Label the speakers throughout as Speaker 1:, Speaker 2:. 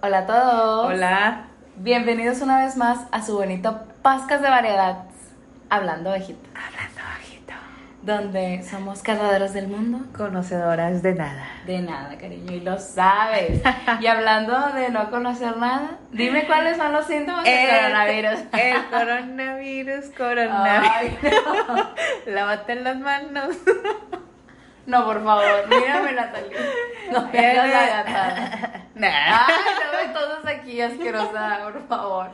Speaker 1: Hola a todos.
Speaker 2: Hola.
Speaker 1: Bienvenidos una vez más a su bonito Pascas de Variedad, Hablando Bajito,
Speaker 2: Hablando bajito.
Speaker 1: donde somos cargadoras del mundo.
Speaker 2: Conocedoras de nada.
Speaker 1: De nada, cariño, y lo sabes. Y hablando de no conocer nada, dime cuáles son los síntomas del coronavirus.
Speaker 2: El coronavirus, coronavirus.
Speaker 1: Ay, no.
Speaker 2: Lávate las manos.
Speaker 1: No, por favor, mírame, Natalia. No me hagas la gatada.
Speaker 2: Nah.
Speaker 1: Ay, no me todos aquí, asquerosa, por favor.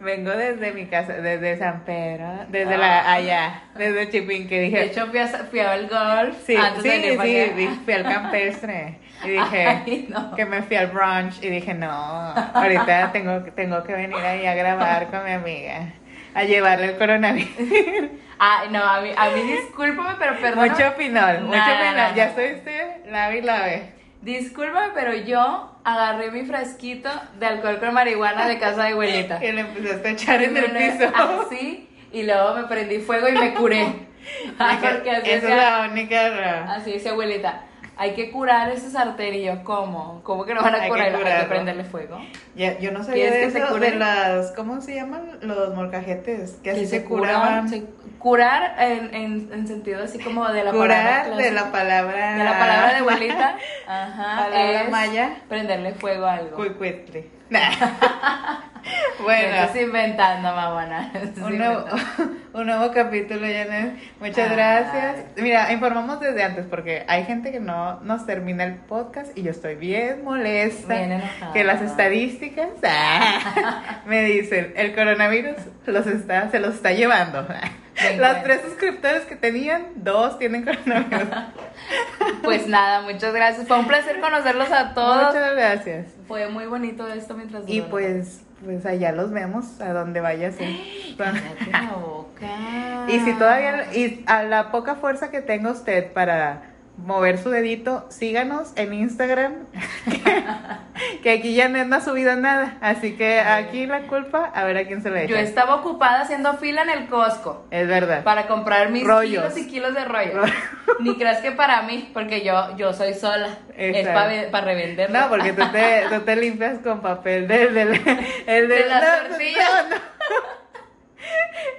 Speaker 2: Vengo desde mi casa, desde San Pedro, desde la allá, desde Chipín, que dije.
Speaker 1: Ah. De hecho, fui, a, fui al golf
Speaker 2: sí,
Speaker 1: antes
Speaker 2: sí,
Speaker 1: de venir para
Speaker 2: sí,
Speaker 1: acá.
Speaker 2: di- fui al campestre. Y dije
Speaker 1: Ay, no.
Speaker 2: que me fui al brunch y dije, no, ahorita tengo, tengo que venir ahí a grabar con mi amiga, a llevarle el coronavirus.
Speaker 1: Ay, Ah, no, a mí, a mí discúlpame, pero perdón.
Speaker 2: Mucho pinol, mucho
Speaker 1: Nada,
Speaker 2: pinol.
Speaker 1: nada.
Speaker 2: Ya estoy, estoy, lave y lave.
Speaker 1: Discúlpame, pero yo agarré mi frasquito de alcohol con marihuana de casa de abuelita.
Speaker 2: Y le empezaste a echar en
Speaker 1: Me
Speaker 2: el
Speaker 1: lo-
Speaker 2: piso.
Speaker 1: Así, y luego me prendí fuego y me curé. Ah, Porque así
Speaker 2: Esa es
Speaker 1: decía-
Speaker 2: la única ra-
Speaker 1: así dice abuelita. Hay que curar esas arterias. ¿Cómo? ¿Cómo que no van
Speaker 2: Hay
Speaker 1: a
Speaker 2: que
Speaker 1: curar? Hay que,
Speaker 2: curarlo.
Speaker 1: prenderle fuego.
Speaker 2: Ya, yo no sabía de
Speaker 1: ¿Quieres que te
Speaker 2: eso,
Speaker 1: cure?
Speaker 2: de las, ¿cómo se llaman? Los molcajetes, que así
Speaker 1: Que
Speaker 2: se,
Speaker 1: curan,
Speaker 2: curaban.
Speaker 1: se- curar en, en, en sentido así como de la palabra.
Speaker 2: Curar de
Speaker 1: clásica.
Speaker 2: la palabra.
Speaker 1: De la palabra de abuelita. Ajá.
Speaker 2: Palabra
Speaker 1: es
Speaker 2: maya.
Speaker 1: Prenderle fuego a algo.
Speaker 2: Cuicuitli. Nah.
Speaker 1: Me
Speaker 2: bueno,
Speaker 1: estás inventando, mamona. Me estás
Speaker 2: un nuevo,
Speaker 1: inventando.
Speaker 2: un nuevo capítulo, Janet. Muchas
Speaker 1: Ay.
Speaker 2: gracias. Mira, informamos desde antes porque hay gente que no nos termina el podcast y yo estoy bien molesta.
Speaker 1: Bien enojada.
Speaker 2: Que las estadísticas ah, me dicen, el coronavirus los está, se los está llevando.
Speaker 1: Bien,
Speaker 2: Los
Speaker 1: bueno.
Speaker 2: tres suscriptores que tenían, dos tienen coronavirus.
Speaker 1: Pues nada, muchas gracias. Fue un placer conocerlos a todos.
Speaker 2: Muchas gracias.
Speaker 1: Fue muy bonito esto mientras
Speaker 2: Y
Speaker 1: duró.
Speaker 2: pues, pues allá los vemos, a donde vayas. sí.
Speaker 1: Cállate la boca.
Speaker 2: Y si todavía, y a la poca fuerza que tenga usted para mover su dedito, síganos en Instagram, que aquí ya no ha subido nada, así que aquí la culpa, a ver a quién se la
Speaker 1: Yo
Speaker 2: echa.
Speaker 1: estaba ocupada haciendo fila en el Costco
Speaker 2: Es verdad.
Speaker 1: para comprar mis
Speaker 2: Rollos.
Speaker 1: kilos y kilos de rollo.
Speaker 2: Rollo.
Speaker 1: Ni creas que para mí, porque yo, yo soy sola. Es
Speaker 2: Exacto.
Speaker 1: para revenderlo.
Speaker 2: No, porque tú te, tú te limpias con papel del, del, el
Speaker 1: De las
Speaker 2: no, no,
Speaker 1: tortillas.
Speaker 2: no.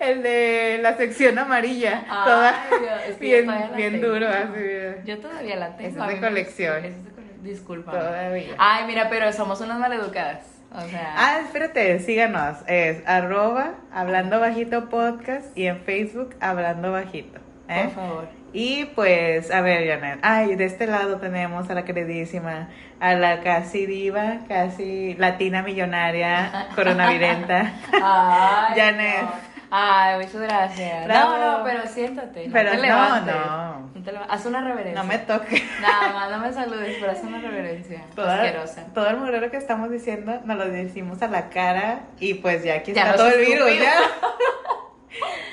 Speaker 2: El de la sección amarilla,
Speaker 1: Ay,
Speaker 2: toda
Speaker 1: Dios, es que yo
Speaker 2: bien,
Speaker 1: todavía la
Speaker 2: bien
Speaker 1: tengo.
Speaker 2: duro, así.
Speaker 1: Yo todavía la tengo.
Speaker 2: Esa es
Speaker 1: a
Speaker 2: de
Speaker 1: mí me-
Speaker 2: colección.
Speaker 1: esa es de cole- Disculpa.
Speaker 2: Todavía.
Speaker 1: Ay, mira, pero somos unas maleducadas. O sea.
Speaker 2: Ah, espérate, síganos. Es arroba hablando bajito podcast y en Facebook hablando bajito. ¿eh?
Speaker 1: Por favor.
Speaker 2: Y pues, a ver, Janet. Ay, de este lado tenemos a la queridísima, a la casi diva, casi latina millonaria, coronavirenta.
Speaker 1: Ay,
Speaker 2: Janet.
Speaker 1: no. Ay, muchas gracias.
Speaker 2: Bravo.
Speaker 1: No, no, pero siéntate. No
Speaker 2: Pero
Speaker 1: te
Speaker 2: no,
Speaker 1: levantes.
Speaker 2: no.
Speaker 1: te levantes. Haz una reverencia.
Speaker 2: no me toques.
Speaker 1: Nada más, no me saludes, pero haz una reverencia.
Speaker 2: Toda-
Speaker 1: Asquerosa.
Speaker 2: todo el murero que estamos diciendo nos lo decimos a la cara y pues ya aquí
Speaker 1: Ya
Speaker 2: está
Speaker 1: no
Speaker 2: todo el
Speaker 1: soy
Speaker 2: virus.
Speaker 1: estúpida.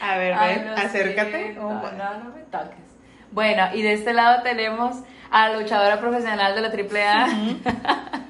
Speaker 2: ya. A ver,
Speaker 1: Ay,
Speaker 2: ven,
Speaker 1: lo
Speaker 2: acércate. Oh,
Speaker 1: siento.
Speaker 2: un-
Speaker 1: No, no me toques. Bueno, y de este lado tenemos a la luchadora profesional de la AAA.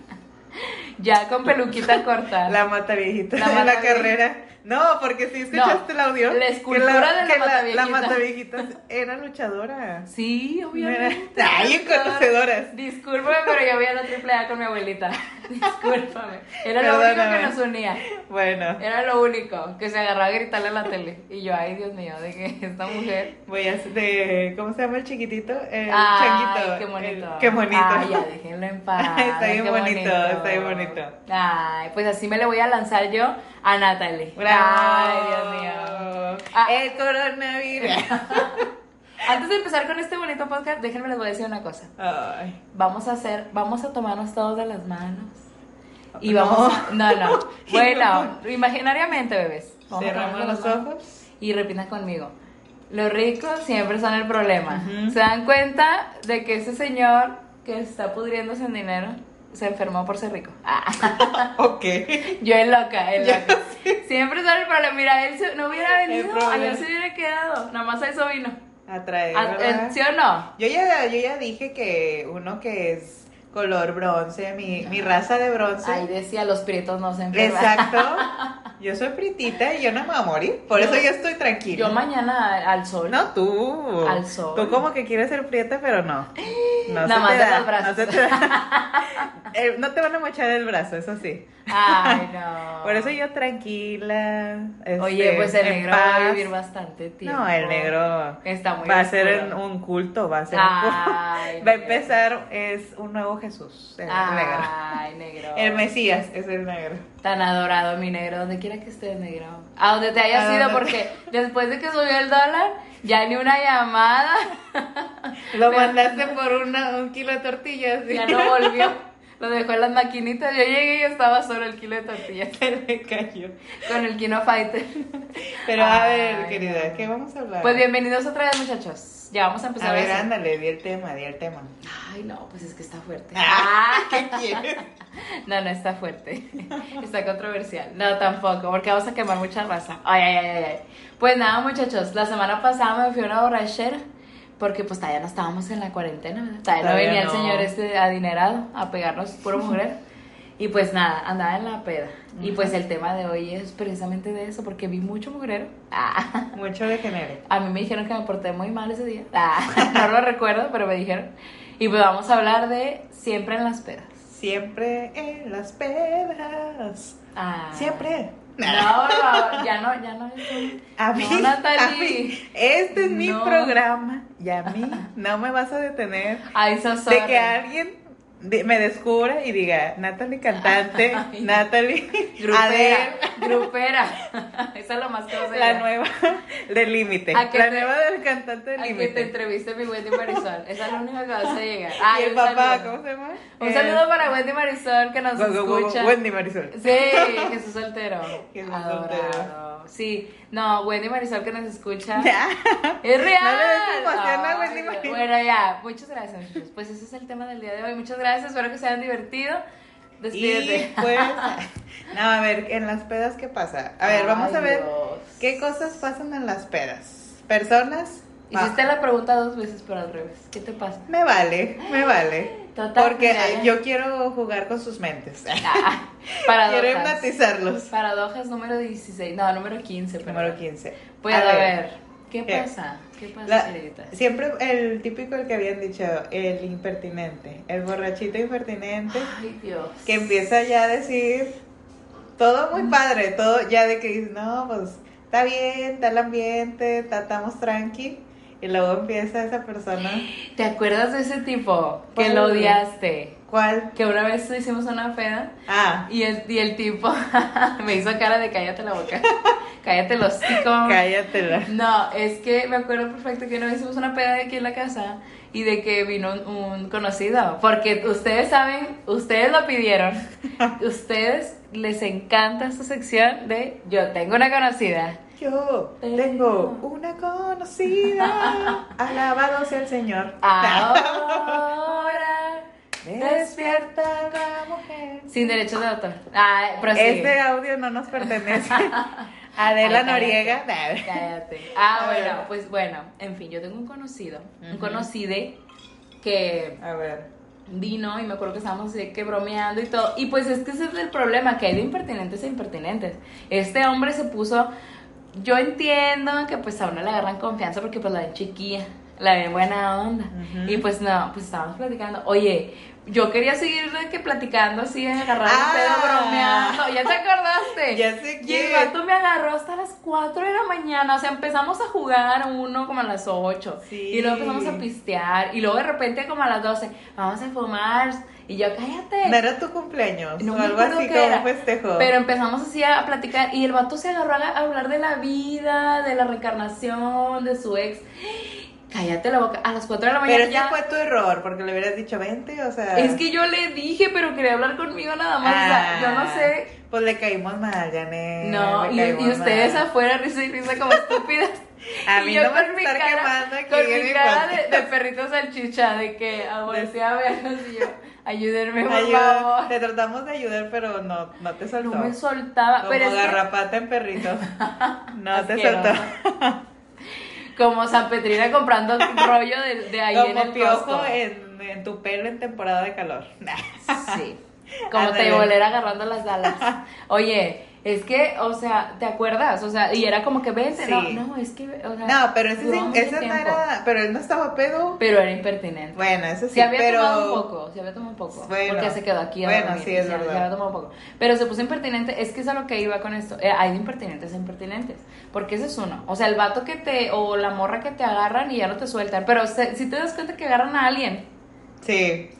Speaker 1: ya con peluquita corta.
Speaker 2: La mata viejita
Speaker 1: La
Speaker 2: de la
Speaker 1: mata vie-
Speaker 2: carrera. No, porque si escuchaste el audio.
Speaker 1: la
Speaker 2: que
Speaker 1: escultura de la
Speaker 2: que
Speaker 1: mataviejita.
Speaker 2: La mataviejita era luchadora.
Speaker 1: Sí,
Speaker 2: No era-
Speaker 1: obviamente.
Speaker 2: Ay, conocedoras.
Speaker 1: Discúlpame, pero yo vi a la AAA con mi abuelita. Discúlpame. Era lo
Speaker 2: Perdóname.
Speaker 1: único que nos unía.
Speaker 2: Bueno,
Speaker 1: Era lo único que se agarraba a gritarle a la tele. Y yo, ay, Dios mío, de que esta mujer.
Speaker 2: voy a hacer de. ¿Cómo se llama el chiquitito? El changuito.
Speaker 1: ay, qué bonito.
Speaker 2: el- qué bonito.
Speaker 1: Ay, ya déjenlo en paz.
Speaker 2: Está bien
Speaker 1: qué
Speaker 2: bonito, está bien bonito.
Speaker 1: Ay, pues así me le voy a lanzar yo a Natalie. Ay, Dios mío. Ah.
Speaker 2: El coronavirus.
Speaker 1: Antes de empezar con este bonito podcast, déjenme les voy a decir una cosa.
Speaker 2: Ay.
Speaker 1: Vamos a hacer, vamos a tomarnos todos de las manos. Y
Speaker 2: No.
Speaker 1: vamos a- no, no.
Speaker 2: Y
Speaker 1: Bueno, imaginariamente, bebés. Vamos a
Speaker 2: Cerramos
Speaker 1: tomarnos
Speaker 2: los
Speaker 1: las manos.
Speaker 2: ojos.
Speaker 1: Y repitan conmigo. Los ricos siempre son el problema.
Speaker 2: Ujú.
Speaker 1: ¿Se dan cuenta de que ese señor que está pudriéndose en dinero se enfermó por ser rico. Ah.
Speaker 2: Ok.
Speaker 1: Yo es loca, es
Speaker 2: Ya
Speaker 1: loca. Siempre sale el problema. Mira, él se- no hubiera
Speaker 2: El
Speaker 1: venido, a
Speaker 2: problema.
Speaker 1: él se hubiera quedado. Nada más a eso vino.
Speaker 2: Atraer.
Speaker 1: A-
Speaker 2: ¿verdad?
Speaker 1: eh, ¿Sí o no?
Speaker 2: Yo ya, yo ya dije que uno que es color bronce, mi, mi raza de bronce.
Speaker 1: Ahí decía, los prietos no se enferman.
Speaker 2: Exacto. Yo soy pritita y yo no me voy a morir. Por eso yo estoy tranquila.
Speaker 1: Yo mañana al sol.
Speaker 2: No tú.
Speaker 1: Al sol.
Speaker 2: Tú como que quieres ser prieta, pero no. No
Speaker 1: Nada más
Speaker 2: te
Speaker 1: de
Speaker 2: da,
Speaker 1: los brazos.
Speaker 2: No, se te da. Eh, no te van a mochar el brazo, eso sí.
Speaker 1: Ay, no.
Speaker 2: Por eso yo tranquila.
Speaker 1: Oye,
Speaker 2: este,
Speaker 1: pues el
Speaker 2: en
Speaker 1: negro va a
Speaker 2: paz.
Speaker 1: vivir bastante tiempo.
Speaker 2: No, el negro
Speaker 1: Está muy
Speaker 2: va a ser
Speaker 1: oscuro.
Speaker 2: un- un culto, va a
Speaker 1: Ah,
Speaker 2: ser un culto.
Speaker 1: Ay,
Speaker 2: Va a
Speaker 1: negro.
Speaker 2: empezar, es un nuevo Jesús, el Eh,
Speaker 1: Ah.
Speaker 2: negro.
Speaker 1: Ay, negro.
Speaker 2: El Mesías es el negro.
Speaker 1: Tan adorado, mi negro, donde quiera que estés, negro. A donde te hayas
Speaker 2: A
Speaker 1: ido,
Speaker 2: donde-
Speaker 1: porque después de que subió el dólar, ya ni una llamada,
Speaker 2: Lo mandaste por una, un kilo de tortillas. ¿sí?
Speaker 1: ya no volvió. Lo dejó en las maquinitas. Yo llegué y estaba solo el kilo de tortillas
Speaker 2: Se le cayó.
Speaker 1: con el Kino Fighter.
Speaker 2: Pero a
Speaker 1: Ay,
Speaker 2: ver,
Speaker 1: no.
Speaker 2: querida, ¿qué vamos a hablar?
Speaker 1: Pues bienvenidos otra vez, muchachos. Ya vamos a empezar
Speaker 2: A ver,
Speaker 1: así.
Speaker 2: ándale, di el tema, di el tema.
Speaker 1: Ay, no, pues es que está fuerte. Ah.
Speaker 2: ¿Qué quieres?
Speaker 1: No, no está fuerte. Está controversial. No, tampoco, porque vamos a quemar mucha raza. Ay, ay, ay, ay, ay. Pues nada, muchachos, la semana pasada me fui a una borrachera. Porque pues todavía no estábamos en la cuarentena, ¿verdad? Todavía,
Speaker 2: Todavía
Speaker 1: no venía
Speaker 2: no.
Speaker 1: el señor este adinerado a pegarnos puro mujer. y pues nada, andaba en la peda. Y pues el tema de hoy es precisamente de eso, porque vi mucho mugrero. Ah.
Speaker 2: Mucho de genere.
Speaker 1: A mí me dijeron que me porté muy mal ese día. Ah, no lo recuerdo, pero me dijeron. Y pues vamos a hablar de siempre en las pedas.
Speaker 2: Siempre en las pedas.
Speaker 1: Ah.
Speaker 2: Siempre.
Speaker 1: No, no, ya no, ya no. es-
Speaker 2: A
Speaker 1: No,
Speaker 2: mí,
Speaker 1: Natalie.
Speaker 2: a mí. Este es mi
Speaker 1: No.
Speaker 2: programa y a mí no me vas a detener
Speaker 1: Ay, so sorry.
Speaker 2: de que alguien de- me descubra y diga, Natalie cantante,
Speaker 1: Ay.
Speaker 2: Natalie
Speaker 1: Grupera,
Speaker 2: Adele,
Speaker 1: grupera. Eso es lo más que vas a
Speaker 2: la
Speaker 1: llegar.
Speaker 2: nueva del límite,
Speaker 1: A que
Speaker 2: la
Speaker 1: te-
Speaker 2: nueva del cantante del
Speaker 1: Ay, que te
Speaker 2: límite.
Speaker 1: entreviste mi Wendy Marisol. Esa es la única que vas a llegar.
Speaker 2: Y
Speaker 1: Ay,
Speaker 2: el
Speaker 1: un
Speaker 2: papá,
Speaker 1: saludo.
Speaker 2: ¿cómo se llama? Eh,
Speaker 1: Un
Speaker 2: El-
Speaker 1: saludo para Wendy Marisol que nos
Speaker 2: Go, go, go, go,
Speaker 1: escucha.
Speaker 2: Wendy Marisol.
Speaker 1: Sí, Jesús soltero.
Speaker 2: Jesús
Speaker 1: Adorado. Sí, no, Wendy Marisol que nos escucha.
Speaker 2: Ya.
Speaker 1: Es real.
Speaker 2: No le des promoción a
Speaker 1: Ay,
Speaker 2: Wendy
Speaker 1: güey.
Speaker 2: Marín.
Speaker 1: Bueno, ya, muchas gracias, muchachos. Pues ese es el tema del día de hoy. Muchas gracias, espero que se hayan divertido.
Speaker 2: Y
Speaker 1: Despídete.
Speaker 2: pues, no, a ver, en las pedas, ¿qué pasa? A ver, vamos
Speaker 1: Ay,
Speaker 2: a ver
Speaker 1: Dios.
Speaker 2: qué cosas pasan en las pedas. Personas, va,
Speaker 1: Hiciste la pregunta dos veces, pero al revés. ¿Qué te pasa?
Speaker 2: me vale, me vale.
Speaker 1: Total,
Speaker 2: porque eh,
Speaker 1: mira, ya.
Speaker 2: yo quiero jugar con sus mentes.
Speaker 1: Ah,
Speaker 2: quiero
Speaker 1: paradojas.
Speaker 2: hipnotizarlos.
Speaker 1: Paradojas número 16. No, número 15. perdón.
Speaker 2: Número 15.
Speaker 1: Pues a, ver, ¿qué
Speaker 2: ¿Qué?
Speaker 1: pasa? ¿Qué pasa,
Speaker 2: Eh, la-
Speaker 1: queridita?
Speaker 2: siempre el típico el que habían dicho, el impertinente, el borrachito impertinente.
Speaker 1: Ay, Dios.
Speaker 2: que empieza ya a decir todo muy padre, todo ya de que dices, no, pues está bien, está el ambiente, está- estamos tranqui. Y luego empieza esa persona,
Speaker 1: ¿Te acuerdas de ese tipo que
Speaker 2: ¿Cuál?
Speaker 1: lo odiaste?
Speaker 2: ¿cuál?
Speaker 1: Que una vez hicimos una peda
Speaker 2: Ah,
Speaker 1: Y el, y el tipo me hizo cara de cállate la boca, cállate los chicos.
Speaker 2: cállatela.
Speaker 1: No, es que me acuerdo perfecto que una vez hicimos una peda de aquí en la casa y de que vino un, un conocido. Porque ustedes saben, ustedes lo pidieron. Ustedes les encanta esta sección de yo tengo una conocida.
Speaker 2: Yo tengo una conocida, alabado sea el Señor.
Speaker 1: Ah,
Speaker 2: Ah,
Speaker 1: Ahora,
Speaker 2: Despierta la mujer.
Speaker 1: sin derechos de autor. Ah, prosigue.
Speaker 2: Este audio no nos pertenece. Adela
Speaker 1: Ay, cállate.
Speaker 2: Noriega.
Speaker 1: Cállate. Ah,
Speaker 2: A
Speaker 1: bueno,
Speaker 2: ver.
Speaker 1: pues bueno, en fin, yo tengo un conocido, un
Speaker 2: Ujú.
Speaker 1: conocide que
Speaker 2: A ver.
Speaker 1: vino y me acuerdo que estábamos así de que bromeando y todo. Y pues es que ese es el problema, que hay de impertinentes e impertinentes. Este hombre se puso, yo entiendo que pues a uno le agarran confianza porque pues la ven chiquilla, la ven buena onda.
Speaker 2: Ujú.
Speaker 1: Y pues no, pues estábamos platicando, oye, yo quería seguir de que platicando así, agarrando
Speaker 2: Ah.
Speaker 1: el pedo, bromeando. ¿Ya te acordaste?
Speaker 2: Ya sé
Speaker 1: Y el
Speaker 2: quién.
Speaker 1: vato me agarró hasta las 4 de la mañana. O sea, empezamos a jugar uno como a las 8.
Speaker 2: Sí.
Speaker 1: Y luego empezamos a pistear. Y luego de repente, como a las 12, vamos a fumar. Y yo, cállate.
Speaker 2: No era tu cumpleaños
Speaker 1: No
Speaker 2: o
Speaker 1: me
Speaker 2: algo
Speaker 1: acuerdo
Speaker 2: así
Speaker 1: qué
Speaker 2: como
Speaker 1: era,
Speaker 2: un festejo.
Speaker 1: Pero empezamos así a platicar y el vato se agarró a a hablar de la vida, de la reencarnación, de su ex. Cállate la boca. A las 4 de la mañana
Speaker 2: Pero ese
Speaker 1: ya-
Speaker 2: fue tu error, porque le hubieras dicho, vente, o sea.
Speaker 1: Es que yo le dije, pero quería hablar conmigo nada más. O sea, yo no
Speaker 2: Ah,
Speaker 1: sé
Speaker 2: Pues le caímos mal, Janet.
Speaker 1: No,
Speaker 2: le
Speaker 1: y, y
Speaker 2: caímos
Speaker 1: ustedes
Speaker 2: mal.
Speaker 1: afuera risa y risa como estúpidas.
Speaker 2: A
Speaker 1: Y
Speaker 2: mí
Speaker 1: yo
Speaker 2: no me
Speaker 1: con
Speaker 2: vas a
Speaker 1: mi
Speaker 2: estar
Speaker 1: cara-
Speaker 2: quemando aquí
Speaker 1: Con
Speaker 2: en
Speaker 1: mi
Speaker 2: el
Speaker 1: cara
Speaker 2: podcast.
Speaker 1: de, de perrito salchicha, de que ah, volteé a verlos y yo, ayúdenme, por
Speaker 2: Ayuda,
Speaker 1: favor.
Speaker 2: Te tratamos de ayudar, pero no, no te soltó.
Speaker 1: No me soltaba,
Speaker 2: Como
Speaker 1: pero es que-
Speaker 2: garrapata en perrito. No te
Speaker 1: Asqueroso.
Speaker 2: soltó.
Speaker 1: como San Petrina comprando rollo de, de ahí en
Speaker 2: Como
Speaker 1: el
Speaker 2: piojo
Speaker 1: piojo.
Speaker 2: en, en tu pelo en temporada de calor.
Speaker 1: Sí. Como
Speaker 2: Ándale.
Speaker 1: te volera agarrando las alas. Oye, es que, o sea, ¿te acuerdas? O sea, y era como que vente,
Speaker 2: Sí.
Speaker 1: no, no, es que, o sea,
Speaker 2: No, pero ese, sí,
Speaker 1: duró mucho
Speaker 2: ese no
Speaker 1: tiempo.
Speaker 2: era. Pero él no estaba pedo.
Speaker 1: Pero era impertinente.
Speaker 2: Bueno, eso sí.
Speaker 1: se había
Speaker 2: pero...
Speaker 1: tomado un poco, se había tomado un poco,
Speaker 2: Bueno.
Speaker 1: porque se quedó aquí a
Speaker 2: Bueno,
Speaker 1: dormir,
Speaker 2: sí, es
Speaker 1: se-
Speaker 2: verdad.
Speaker 1: se había tomado un poco. Pero se puso impertinente, es que es a lo que iba con esto, eh, hay de impertinentes a impertinentes, porque ese es uno, o sea, el vato que te, o la morra que te agarran y ya no te sueltan, pero se- si te das cuenta que agarran a alguien,
Speaker 2: Sí.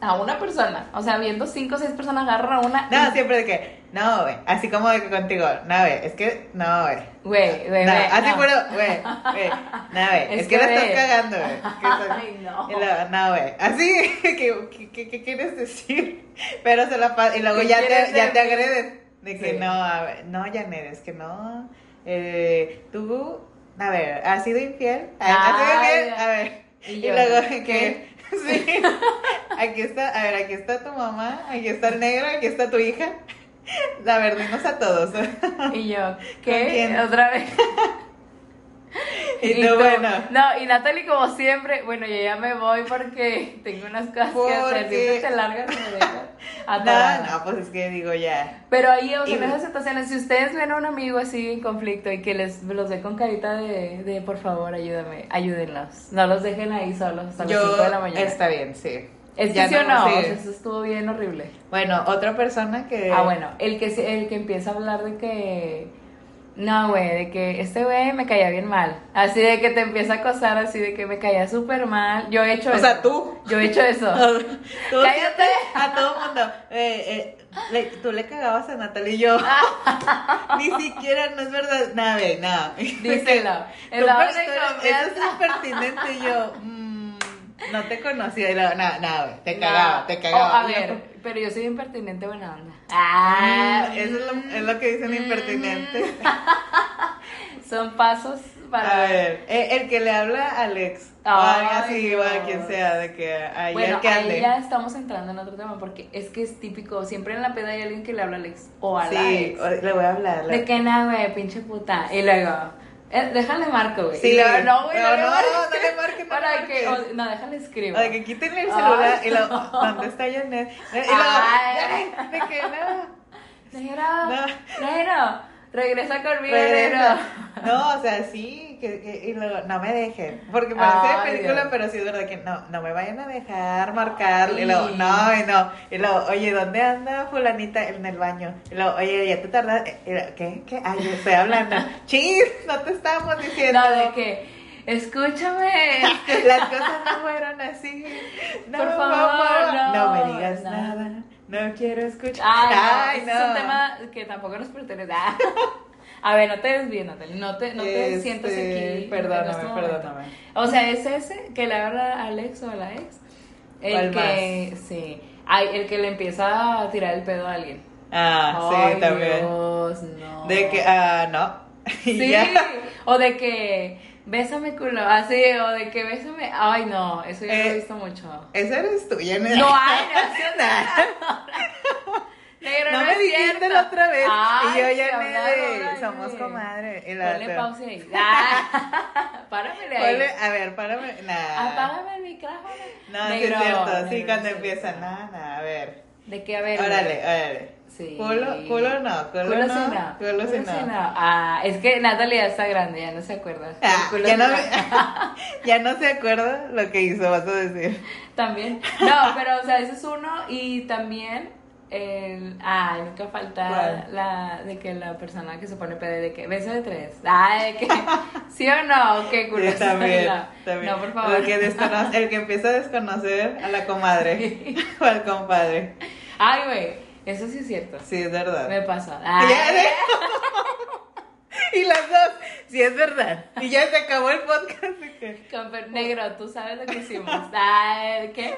Speaker 1: a una persona, o sea, viendo cinco o seis personas agarran a una,
Speaker 2: No,
Speaker 1: y-
Speaker 2: siempre de que. No, güey. Así como de que contigo. No, güey. Es que. No, güey.
Speaker 1: güey, güey,
Speaker 2: No,
Speaker 1: güey,
Speaker 2: así
Speaker 1: no.
Speaker 2: puro, güey, güey, no, güey, es,
Speaker 1: Es
Speaker 2: que,
Speaker 1: que,
Speaker 2: la estás
Speaker 1: güey.
Speaker 2: cagando, güey. que estás-
Speaker 1: Ay, no.
Speaker 2: Y luego, no, güey, así, ¿qué, qué, qué, qué quieres decir? Pero se la pasa, y luego
Speaker 1: ¿Qué
Speaker 2: ya te,
Speaker 1: quieres
Speaker 2: ya te
Speaker 1: decir?
Speaker 2: agreden, de que
Speaker 1: Sí.
Speaker 2: no, a ver, no, Janet, es que no, eh, tú, a ver, ¿has sido infiel? A ver, ¿Has sido
Speaker 1: Ay,
Speaker 2: infiel? A ver,
Speaker 1: Y
Speaker 2: y
Speaker 1: yo,
Speaker 2: luego, que, sí, aquí está, a ver, aquí está tu mamá, aquí está el negro, aquí está tu hija, a ver, dinos a todos,
Speaker 1: Y yo,
Speaker 2: ¿Con quién?
Speaker 1: ¿qué? Otra vez.
Speaker 2: y tú, bueno.
Speaker 1: No, y Natalie, como siempre, bueno, yo ya me voy porque tengo unas cosas que hacer.
Speaker 2: Porque-
Speaker 1: Siempre te largas y me dejas atorada.
Speaker 2: No, no, pues es que digo ya.
Speaker 1: Pero ahí, o sea,
Speaker 2: Y-
Speaker 1: en esas situaciones, si ustedes ven a un amigo así en conflicto y que les los ve con carita de, de por favor, ayúdame, ayúdenlos. No los dejen ahí solos hasta las 5 de la mañana.
Speaker 2: Está bien, sí.
Speaker 1: es que
Speaker 2: Ya
Speaker 1: sí o no,
Speaker 2: sí.
Speaker 1: o sea, eso estuvo bien horrible.
Speaker 2: Bueno, otra persona que.
Speaker 1: Ah, bueno, el que, se- el que empieza a hablar de que. No, güey, de que este güey me caía bien mal. Así de que te empieza a acosar, así de que me caía súper mal. Yo he hecho
Speaker 2: O
Speaker 1: eso.
Speaker 2: sea, tú.
Speaker 1: Yo he hecho eso.
Speaker 2: Tú
Speaker 1: Cállate.
Speaker 2: A todo mundo. Eh, eh, le- tú le cagabas a Natalia y yo.
Speaker 1: Ah.
Speaker 2: Ni siquiera, no es verdad. Nada, ve, nada.
Speaker 1: Díselo. En
Speaker 2: Tú,
Speaker 1: la hora
Speaker 2: pero
Speaker 1: de
Speaker 2: tú eres-
Speaker 1: confianza.
Speaker 2: Eso es impertinente. Y yo, mm, no te conocía. Y luego, nada, nada, ve, te cagaba,
Speaker 1: No.
Speaker 2: te cagaba.
Speaker 1: Oh, a
Speaker 2: Y yo,
Speaker 1: ver, pero yo soy impertinente buena onda. Ah, mm,
Speaker 2: mm, eso es lo, es lo que dicen impertinentes.
Speaker 1: Son pasos para.
Speaker 2: A ver, eh, el que le habla a Alex, o
Speaker 1: Ay,
Speaker 2: a así, o a quien
Speaker 1: Dios.
Speaker 2: sea, de que ayer
Speaker 1: Bueno,
Speaker 2: que ande.
Speaker 1: ahí ya estamos entrando en otro tema porque es que es típico. Siempre en la peda hay alguien que le habla a Alex o a la
Speaker 2: sí,
Speaker 1: ex.
Speaker 2: o- le voy a hablar.
Speaker 1: De que nada, güey, pinche puta. Y luego, eh, déjale marco, güey.
Speaker 2: Sí,
Speaker 1: Y luego, no, güey,
Speaker 2: no,
Speaker 1: no, le
Speaker 2: no,
Speaker 1: marques.
Speaker 2: no le marques, no
Speaker 1: Para
Speaker 2: le
Speaker 1: que,
Speaker 2: marques.
Speaker 1: o- no, déjale escribo.
Speaker 2: O de que quítenle el
Speaker 1: Ay,
Speaker 2: celular y
Speaker 1: no.
Speaker 2: lo, ¿dónde está Janet? Y lo,
Speaker 1: Ay.
Speaker 2: de que no,
Speaker 1: Negro,
Speaker 2: No.
Speaker 1: negro, regresa conmigo,
Speaker 2: regresa.
Speaker 1: negro.
Speaker 2: No, o sea, sí, que, que- y luego, no me dejen, porque
Speaker 1: Ay,
Speaker 2: parece de película,
Speaker 1: Dios.
Speaker 2: pero sí es verdad que no, no me vayan a dejar marcar, y luego, no, y no, y luego, oye, ¿dónde anda fulanita? En el baño, y luego, oye, ya te tardas, Y luego, ¿qué? ¿Qué? Ay, yo estoy hablando, chis, no te estábamos diciendo.
Speaker 1: No, de que, escúchame.
Speaker 2: Las cosas no fueron así. No,
Speaker 1: Por favor,
Speaker 2: mamá. no.
Speaker 1: no.
Speaker 2: me digas
Speaker 1: No.
Speaker 2: nada. No quiero escuchar.
Speaker 1: Ay, no, ese es un tema que tampoco nos pertenece. Ah. A ver, no te desvíes, Natalie, no te, no te
Speaker 2: Este,
Speaker 1: sientas aquí. en este
Speaker 2: Perdóname,
Speaker 1: momento.
Speaker 2: perdóname.
Speaker 1: O sea, es ese que le habla a Alex o a la ex. El
Speaker 2: ¿Cuál
Speaker 1: que, sí, ay, el que le empieza a tirar el pedo a alguien.
Speaker 2: Ah,
Speaker 1: Ay,
Speaker 2: sí, también.
Speaker 1: Dios, no.
Speaker 2: De que, ah, no. Y
Speaker 1: Sí,
Speaker 2: ya.
Speaker 1: o de que bésame culo, así, o de que bésame. Ay, no, eso yo lo
Speaker 2: Eh,
Speaker 1: he visto mucho.
Speaker 2: Esa eres tú, Janet.
Speaker 1: No ah, hay, no es cierto. Negro,
Speaker 2: No
Speaker 1: no,
Speaker 2: me
Speaker 1: es
Speaker 2: dijiste
Speaker 1: cierto.
Speaker 2: la otra vez.
Speaker 1: Ay,
Speaker 2: y yo,
Speaker 1: sí,
Speaker 2: Janet,
Speaker 1: hablaron, ay,
Speaker 2: somos
Speaker 1: güey.
Speaker 2: comadre. Y la
Speaker 1: Ponle
Speaker 2: otra,
Speaker 1: pausa ahí. Ah, páramele ahí.
Speaker 2: ponle- a ver, párame. Nah.
Speaker 1: Apágame el micrófono.
Speaker 2: No, sí
Speaker 1: Negro,
Speaker 2: es cierto.
Speaker 1: negro,
Speaker 2: Sí,
Speaker 1: no
Speaker 2: cuando
Speaker 1: es
Speaker 2: empieza,
Speaker 1: cierto.
Speaker 2: nada, nada, a ver.
Speaker 1: De que a ver.
Speaker 2: Órale,
Speaker 1: güey.
Speaker 2: órale.
Speaker 1: Sí.
Speaker 2: Culo, culo no, culo,
Speaker 1: Culo
Speaker 2: no,
Speaker 1: sí no,
Speaker 2: culo sí no.
Speaker 1: sí no. Ah, es que Natalia ya está grande, ya no se acuerda.
Speaker 2: Ah,
Speaker 1: Culo
Speaker 2: ya,
Speaker 1: sí
Speaker 2: no,
Speaker 1: no.
Speaker 2: ya no se acuerda lo que hizo, vas a decir.
Speaker 1: También. No, pero, o sea, ese es uno. Y también, el. Ay, nunca falta
Speaker 2: ¿Cuál?
Speaker 1: la. De que la persona que se pone pedo de que. Beso de tres. Ay, de que. ¿Sí o no? Qué culo.
Speaker 2: Sí, también,
Speaker 1: No,
Speaker 2: también.
Speaker 1: No, por favor.
Speaker 2: El que, desconoce- el que empieza a desconocer a la comadre o al compadre.
Speaker 1: Ay, güey. Eso sí es cierto.
Speaker 2: Sí, es verdad.
Speaker 1: Me pasó.
Speaker 2: Y ya-
Speaker 1: Ay,
Speaker 2: y las dos, sí, es verdad. Y ya se acabó el podcast. de que-
Speaker 1: Camper negro, tú sabes lo que hicimos. Ay, ¿qué?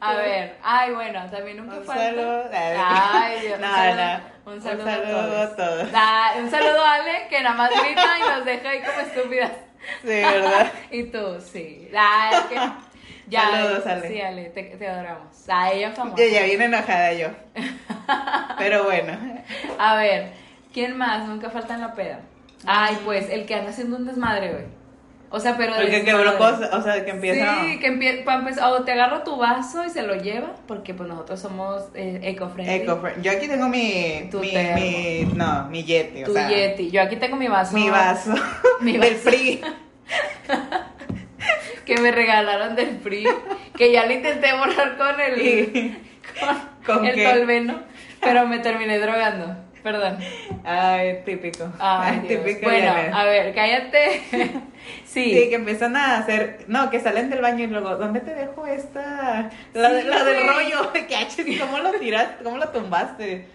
Speaker 1: A ver, ay, bueno, también nunca
Speaker 2: Un
Speaker 1: falta.
Speaker 2: saludo.
Speaker 1: Ay, Dios,
Speaker 2: No,
Speaker 1: un saludo.
Speaker 2: no.
Speaker 1: Un saludo,
Speaker 2: Un saludo a
Speaker 1: a todos.
Speaker 2: todos.
Speaker 1: Ay, un saludo a Ale, que nada más grita y nos deja ahí como estúpidas.
Speaker 2: Sí, ¿verdad?
Speaker 1: Y tú, sí. Ay, que... Ya,
Speaker 2: Saludos, Ale.
Speaker 1: Sí, Ale, te, te adoramos. A ella famosa.
Speaker 2: Yo ya viene enojada yo. Pero bueno.
Speaker 1: A ver, ¿quién más? Nunca falta en la peda. Ay, pues el que anda haciendo un desmadre, güey. O sea, pero. de
Speaker 2: Porque
Speaker 1: desmadre.
Speaker 2: quebró cosas, o sea, que empieza.
Speaker 1: Sí, que empieza. o te agarra tu vaso y se lo lleva, porque pues nosotros somos eh, eco-friendly.
Speaker 2: Eco friend. Yo aquí tengo mi.
Speaker 1: Tu
Speaker 2: mi,
Speaker 1: termo.
Speaker 2: mi- No, mi Yeti. O
Speaker 1: Tu
Speaker 2: sea,
Speaker 1: Yeti. Yo aquí tengo mi vaso.
Speaker 2: Mi vaso.
Speaker 1: Mi
Speaker 2: Del
Speaker 1: vaso.
Speaker 2: PRI.
Speaker 1: Que me regalaron del PRI. Que ya le intenté borrar con el.
Speaker 2: Y-
Speaker 1: Con,
Speaker 2: ¿Con
Speaker 1: el
Speaker 2: qué?
Speaker 1: tolveno. Pero me terminé drogando. Perdón.
Speaker 2: Ay, típico.
Speaker 1: Ay, Dios.
Speaker 2: típico.
Speaker 1: Bueno,
Speaker 2: Janet.
Speaker 1: a ver, cállate. sí.
Speaker 2: Sí, que empiezan a hacer, no, que salen del baño y luego, ¿dónde te dejo esta? La, de-
Speaker 1: Sí,
Speaker 2: la del
Speaker 1: güey.
Speaker 2: rollo, que achis, ¿cómo lo tiraste? ¿Cómo lo tumbaste?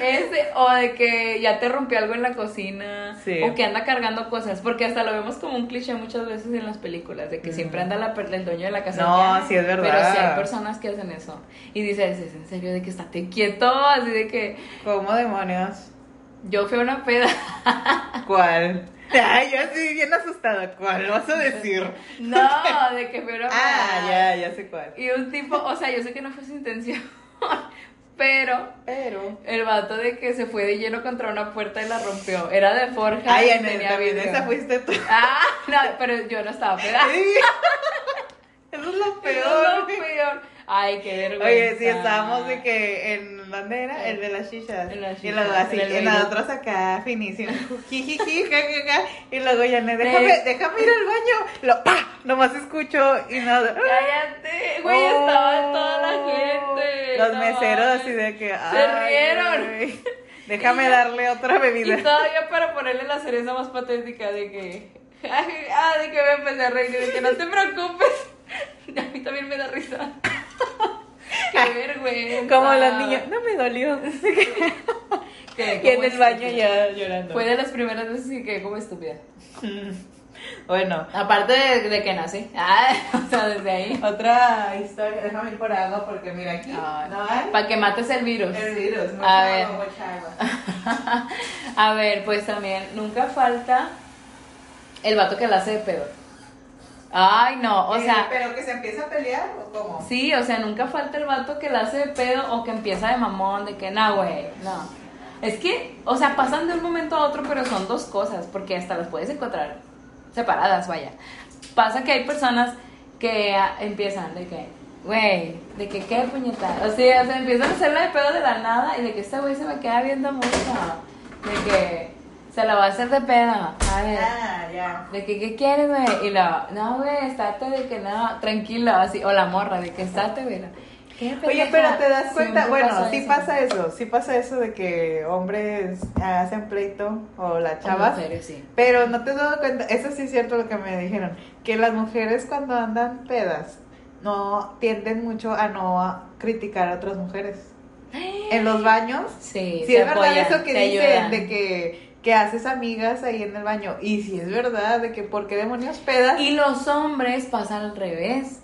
Speaker 1: Ese, o de que ya te rompió algo en la cocina,
Speaker 2: Sí.
Speaker 1: o que anda cargando cosas, porque hasta lo vemos como un cliché muchas veces en las películas, de que siempre anda la, per- el dueño de la casa.
Speaker 2: No,
Speaker 1: ya,
Speaker 2: sí es verdad.
Speaker 1: Pero sí hay personas que hacen eso. Y dices, es en serio, de que estate quieto, así de que
Speaker 2: ¿Cómo demonios?
Speaker 1: yo fui a una peda.
Speaker 2: ¿Cuál? Ay, yo estoy bien asustada, ¿cuál vas a decir?
Speaker 1: No, de que fui a una peda.
Speaker 2: Ah, ya, ya sé cuál.
Speaker 1: Y un tipo, o sea, yo sé que no fue su intención, pero
Speaker 2: Pero...
Speaker 1: el vato de que se fue de lleno contra una puerta y la rompió. Era de forja
Speaker 2: Ay,
Speaker 1: y
Speaker 2: en
Speaker 1: tenía
Speaker 2: también
Speaker 1: vidrio.
Speaker 2: esa fuiste tú.
Speaker 1: Ah, no, pero yo no estaba peda.
Speaker 2: Sí. Eso es lo
Speaker 1: Pero
Speaker 2: peor.
Speaker 1: no, peor. Ay, qué vergüenza.
Speaker 2: Oye, sí, estábamos de que en ¿dónde era? El de las chichas.
Speaker 1: En las
Speaker 2: y luego
Speaker 1: chichas,
Speaker 2: así,
Speaker 1: en el
Speaker 2: en las
Speaker 1: baile.
Speaker 2: otras acá, finísimo. Jijiji, jajaja. Y luego ya me
Speaker 1: Next.
Speaker 2: déjame, déjame ir al baño. Lo, ¡pa! Nomás escucho y nada.
Speaker 1: Cállate, güey, estaba toda la gente.
Speaker 2: Oh, Los
Speaker 1: no
Speaker 2: meseros
Speaker 1: mames.
Speaker 2: así de que.
Speaker 1: rieron.
Speaker 2: ay, Déjame darle otra
Speaker 1: Y
Speaker 2: bebida.
Speaker 1: todavía para ponerle la cereza más patética de que. Ah, de que me empecé a reír. De que no te preocupes. A mí también me da risa. Qué vergüenza.
Speaker 2: Como los niños. No me dolió.
Speaker 1: Que-
Speaker 2: Y en
Speaker 1: como
Speaker 2: el baño
Speaker 1: estúpida.
Speaker 2: ya llorando.
Speaker 1: Fue de las primeras veces que quedé como estúpida.
Speaker 2: Bueno.
Speaker 1: Aparte de, de que nací. Ah, o sea, desde ahí.
Speaker 2: Otra historia, déjame ir por agua porque mira aquí. no hay
Speaker 1: Para que mates el virus.
Speaker 2: el virus,
Speaker 1: A
Speaker 2: mucha
Speaker 1: ver.
Speaker 2: agua, mucha agua.
Speaker 1: A ver, pues también, nunca falta el vato que la hace de pedo. Ay, no, o
Speaker 2: Eh,
Speaker 1: sea,
Speaker 2: pero que se empieza a pelear o cómo?
Speaker 1: sí, o sea, nunca falta el vato que la hace de pedo o que empieza de mamón, de que, nah, güey, no. Es que, o sea, pasan de un momento a otro, pero son dos cosas, porque hasta las puedes encontrar separadas, vaya. Pasa que hay personas que ah, empiezan de que, güey, de que qué puñetada. O sea, o sea, empiezan a hacerla de pedo de la nada y de que este güey se me queda viendo mucho. De que se la va a hacer de pedo. A ver.
Speaker 2: Ah, ya.
Speaker 1: De que, ¿qué quieres, güey? Y la, no, güey, estate de que no, tranquilo, así. O la morra, de que estate, güey. la, ¿Qué
Speaker 2: Oye,
Speaker 1: pendeja?
Speaker 2: pero te das cuenta,
Speaker 1: Siempre
Speaker 2: bueno,
Speaker 1: pasa
Speaker 2: sí
Speaker 1: eso.
Speaker 2: pasa eso, sí pasa eso de que hombres hacen pleito o la
Speaker 1: Con
Speaker 2: chavas,
Speaker 1: mujeres, sí.
Speaker 2: pero no te has dado cuenta, eso sí es cierto lo que me dijeron, que las mujeres cuando andan pedas no tienden mucho a no a criticar a otras mujeres. En los baños
Speaker 1: Sí,
Speaker 2: Sí,
Speaker 1: se
Speaker 2: es verdad
Speaker 1: apoyan,
Speaker 2: eso que
Speaker 1: se
Speaker 2: dicen
Speaker 1: ayudan.
Speaker 2: de que, que haces amigas ahí en el baño. Y si es verdad de que por qué demonios pedas.
Speaker 1: Y los hombres pasan al revés.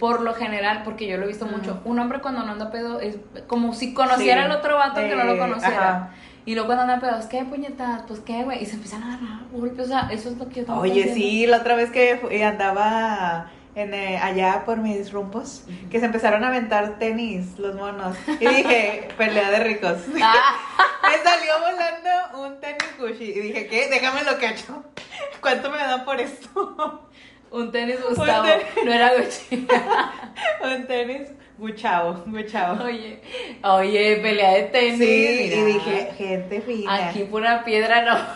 Speaker 1: Por lo general, porque yo lo he visto
Speaker 2: Ujú.
Speaker 1: mucho, un hombre cuando no anda pedo es como si conociera
Speaker 2: Mm. Sí,
Speaker 1: al otro vato que no lo
Speaker 2: de-
Speaker 1: conociera.
Speaker 2: Eh, ajá.
Speaker 1: Y luego cuando anda pedo, es que puñetas, pues qué, güey. Y se empiezan a agarrar a golpes. O sea, eso es lo que yo tampoco
Speaker 2: Oye,
Speaker 1: entiendo.
Speaker 2: sí, la otra vez que fu- eh, andaba en, eh, allá por mis rumbos, que se empezaron a aventar tenis los monos. Y dije, pelea de ricos.
Speaker 1: Ah,
Speaker 2: Me salió volando un tenis Gucci. Y dije, ¿qué? Déjame lo cacho. ¿Cuánto me dan por esto?
Speaker 1: un tenis Gustavo.
Speaker 2: tenis.
Speaker 1: No era Gucci.
Speaker 2: un tenis Guchao, Guchao.
Speaker 1: Oye, oye, pelea de tenis.
Speaker 2: Sí, y
Speaker 1: mira.
Speaker 2: dije, gente fina.
Speaker 1: Aquí pura piedra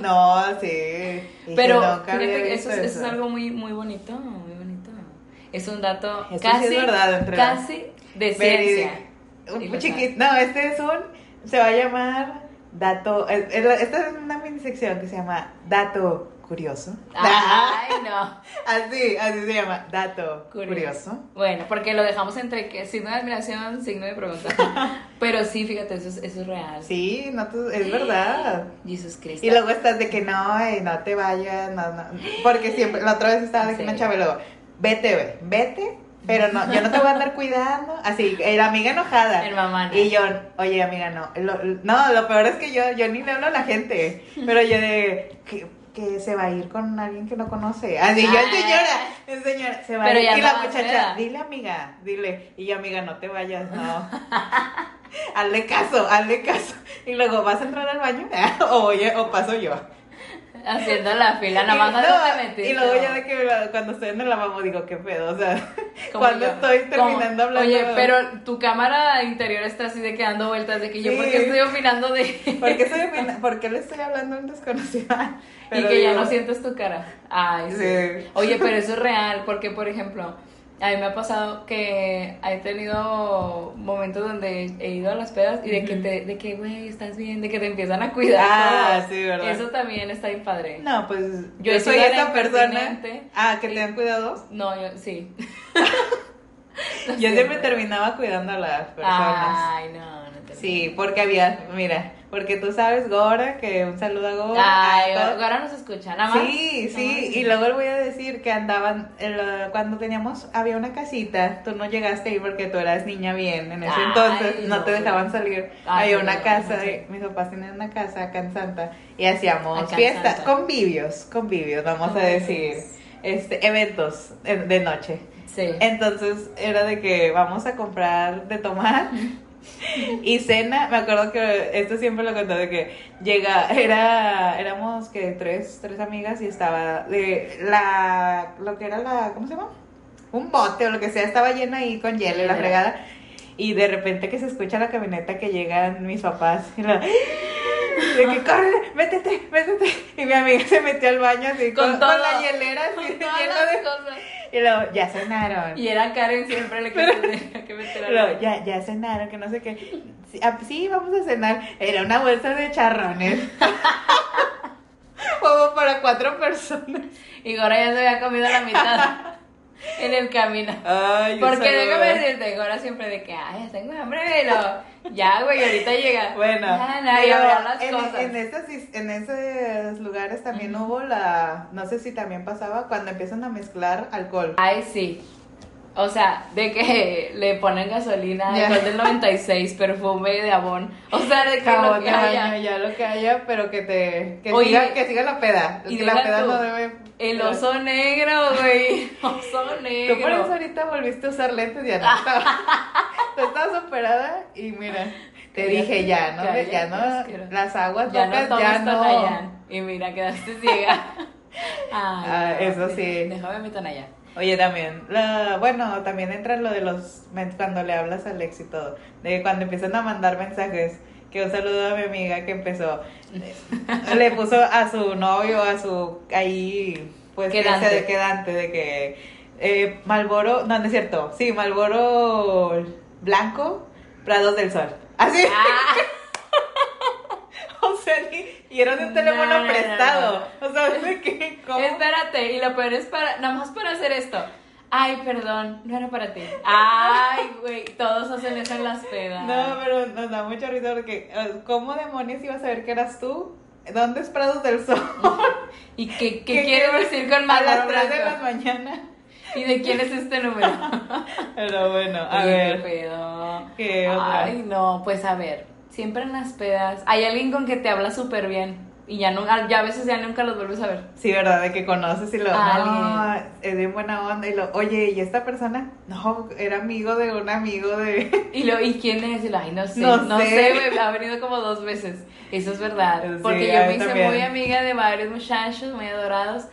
Speaker 1: no.
Speaker 2: No, sí. Y
Speaker 1: Pero
Speaker 2: que nunca había
Speaker 1: fíjate que
Speaker 2: visto
Speaker 1: eso, es- eso es algo muy, muy bonito, muy bonito. Es un dato
Speaker 2: Eso sí
Speaker 1: casi,
Speaker 2: es verdad, entre-
Speaker 1: casi de ciencia.
Speaker 2: Verídico.
Speaker 1: Y
Speaker 2: Un
Speaker 1: lo
Speaker 2: chiquito. No, este es un. Se va a llamar Dato. es- es la- Esta es una mini sección que se llama Dato Curioso. Ah.
Speaker 1: Ay, no.
Speaker 2: Así, así se llama. Dato Curioso.
Speaker 1: Bueno, porque lo dejamos entre que signo de admiración, signo de pregunta. Pero sí, fíjate, eso es, eso es real.
Speaker 2: Sí, no, tú- es verdad.
Speaker 1: Jesús Cristo.
Speaker 2: Y luego estás de que no, ay, no te vayas, no, no. Porque siempre, la otra vez estaba de que
Speaker 1: Sí.
Speaker 2: una chava y luego, vete, güey, vete, pero no, yo no te voy a andar cuidando. Así, eh, la amiga enojada.
Speaker 1: El mamá, ¿no?
Speaker 2: Y yo, oye, amiga, no. Lo- no, lo peor es que yo, yo ni le hablo a la gente. Pero yo de, "¿Qué- que se va a ir con alguien que no conoce. Así yo,
Speaker 1: Ah.
Speaker 2: señora, el señor, se va
Speaker 1: Pero
Speaker 2: a ir.
Speaker 1: ya
Speaker 2: Y
Speaker 1: no
Speaker 2: la
Speaker 1: va a
Speaker 2: muchacha,
Speaker 1: ser.
Speaker 2: dile amiga, dile. Y yo, amiga, no te vayas, no. hazle caso, hazle caso. Y luego, ¿vas a entrar al baño? o, oye, o paso yo.
Speaker 1: Haciendo la fila, nada más
Speaker 2: y,
Speaker 1: no te
Speaker 2: no,
Speaker 1: metiste.
Speaker 2: y luego ya de que la- cuando estoy en la mamá digo, qué pedo, o sea,
Speaker 1: Como
Speaker 2: cuando
Speaker 1: yo.
Speaker 2: estoy terminando
Speaker 1: Como,
Speaker 2: hablando.
Speaker 1: Oye, pero tu cámara interior está así de que dando vueltas de que yo,
Speaker 2: Sí.
Speaker 1: ¿por qué estoy opinando de.?
Speaker 2: ¿Por qué, soy opina- por qué le estoy hablando a un desconocido? Pero
Speaker 1: y que ya
Speaker 2: digo,
Speaker 1: no sientes tu cara. Ay, sí.
Speaker 2: Sí.
Speaker 1: Oye, pero eso es real, porque por ejemplo, a mí me ha pasado que he tenido momentos donde he ido a las pedas y de que te, de que, güey, estás bien, de que te empiezan a cuidar.
Speaker 2: Ah,
Speaker 1: todo.
Speaker 2: sí, ¿verdad?
Speaker 1: Eso también está bien padre.
Speaker 2: No, pues
Speaker 1: Yo
Speaker 2: yo,
Speaker 1: he
Speaker 2: soy
Speaker 1: sido la
Speaker 2: esa persona.
Speaker 1: impertinente.
Speaker 2: Ah, que te dan cuidado.
Speaker 1: No, yo, sí.
Speaker 2: Yo siempre terminaba cuidando a las personas.
Speaker 1: Ay, no, no te
Speaker 2: Sí, porque había, mira, porque tú sabes, Gora, que un saludo a Gora.
Speaker 1: Ay,
Speaker 2: a todo.
Speaker 1: ahora nos escucha, nada más.
Speaker 2: Sí,
Speaker 1: Nada
Speaker 2: sí,
Speaker 1: más.
Speaker 2: y luego le voy a decir que andaban, el, uh, cuando teníamos, había una casita, tú no llegaste ahí porque tú eras niña bien en ese
Speaker 1: Ay,
Speaker 2: entonces, no,
Speaker 1: no.
Speaker 2: te dejaban salir.
Speaker 1: Ay,
Speaker 2: había
Speaker 1: no,
Speaker 2: una
Speaker 1: no,
Speaker 2: casa,
Speaker 1: no sé.
Speaker 2: mis papás tenían una casa acá en Santa y hacíamos
Speaker 1: Acá en
Speaker 2: fiestas,
Speaker 1: Santa.
Speaker 2: convivios, convivios, vamos a
Speaker 1: Convivios.
Speaker 2: decir, este, eventos eh, de noche.
Speaker 1: Sí.
Speaker 2: Entonces era de que vamos a comprar de tomar y cena. Me acuerdo que esto siempre lo contaba de que llega, era, éramos que tres, tres amigas y estaba de la, lo que era la, ¿cómo se llama? Un bote o lo que sea, estaba lleno ahí con hielo y la
Speaker 1: Hielera.
Speaker 2: fregada. Y de repente que se escucha la camioneta que llegan mis papás y la- de que corre, métete, métete. Y mi amiga se metió al baño así
Speaker 1: Con
Speaker 2: con, con
Speaker 1: todo.
Speaker 2: la hielera así,
Speaker 1: Con todas
Speaker 2: lleno
Speaker 1: las
Speaker 2: de-
Speaker 1: cosas.
Speaker 2: Y luego, ya cenaron.
Speaker 1: Y era Karen siempre la que tenía que meter a la-
Speaker 2: Pero ya, ya cenaron, que no sé qué. Sí, ah, sí, vamos a cenar. Era una bolsa de charrones. Como para cuatro personas.
Speaker 1: Y Gora ya se había comido la mitad en el camino.
Speaker 2: Ay,
Speaker 1: Porque déjame decirte, Gora siempre de que, ay, tengo hambre, pero ya, güey, ahorita llega.
Speaker 2: Bueno,
Speaker 1: Ya, ya,
Speaker 2: pero
Speaker 1: ya verá las
Speaker 2: en,
Speaker 1: cosas.
Speaker 2: en esas is- en esos lugares también hubo la. No sé si también pasaba cuando empiezan a mezclar alcohol.
Speaker 1: Ay, sí. O sea, de que le ponen gasolina,
Speaker 2: Ya.
Speaker 1: alcohol del 96, perfume de abón. O sea, de que lo
Speaker 2: Jabón
Speaker 1: que
Speaker 2: de
Speaker 1: haya.
Speaker 2: baño, ya lo que haya, pero que te. Que,
Speaker 1: Oye,
Speaker 2: siga, que siga la peda.
Speaker 1: y
Speaker 2: que la
Speaker 1: deja
Speaker 2: peda
Speaker 1: tú,
Speaker 2: no debe.
Speaker 1: El oso negro, güey. Oso negro.
Speaker 2: Tú por eso ahorita volviste a usar lentes, ya no estaba. Tú estabas operada y mira, te
Speaker 1: Cállate,
Speaker 2: dije ya, ¿no?
Speaker 1: cállate,
Speaker 2: ya
Speaker 1: asqueroso.
Speaker 2: no, las aguas
Speaker 1: ya
Speaker 2: locas,
Speaker 1: no tomas
Speaker 2: ya no.
Speaker 1: Tonayán. Y mira, quedaste ciega. Ay,
Speaker 2: Ah,
Speaker 1: no,
Speaker 2: eso sí.
Speaker 1: Déjame mi Tonayán.
Speaker 2: Oye, también, la- bueno, también entra lo de los, men- cuando le hablas al éxito, de cuando empiezan a mandar mensajes, que un saludo a mi amiga que empezó, eh, le puso a su novio, a su, ahí, pues, que
Speaker 1: Quedante.
Speaker 2: sea de quedante, de que eh, Malboro, no, no es cierto, sí, Malboro Blanco, Prados del Sol, así,
Speaker 1: Ah,
Speaker 2: o sea, y, y era de un
Speaker 1: No,
Speaker 2: teléfono
Speaker 1: no, no, no.
Speaker 2: prestado, o sea, de que, ¿cómo?
Speaker 1: espérate, y lo peor es para, nada más para hacer esto. Ay, perdón, no era para ti. Ay, güey, todos hacen eso en las pedas.
Speaker 2: No, pero nos da mucha risa porque eh, ¿cómo demonios ibas a saber que eras tú? ¿Dónde es Prados del Sol?
Speaker 1: ¿Y qué, qué quiere
Speaker 2: ¿Qué quiere-
Speaker 1: decir con
Speaker 2: a
Speaker 1: Marlon
Speaker 2: las 3 de la
Speaker 1: Blanco?
Speaker 2: mañana.
Speaker 1: ¿Y de quién es este número?
Speaker 2: Pero bueno, a
Speaker 1: Oye, pues.
Speaker 2: ver.
Speaker 1: ¿Qué pedo?
Speaker 2: ¿Qué otra?
Speaker 1: Ay, no, pues a ver. Siempre en las pedas hay alguien con que te habla súper bien. Y ya, nu- ya a veces ya nunca los vuelves a ver.
Speaker 2: Sí, verdad, de que conoces y lo
Speaker 1: Alguien.
Speaker 2: no, es bien buena onda y lo, oye, ¿y esta persona? No, era amigo de un amigo de
Speaker 1: Y lo, ¿y quién es? Y lo, ay, no sé,
Speaker 2: No
Speaker 1: no
Speaker 2: sé.
Speaker 1: sé, güey, ha venido como dos veces. Eso es verdad.
Speaker 2: Sí,
Speaker 1: Porque yo
Speaker 2: a mí
Speaker 1: me hice
Speaker 2: también.
Speaker 1: muy amiga de varios muchachos muy adorados.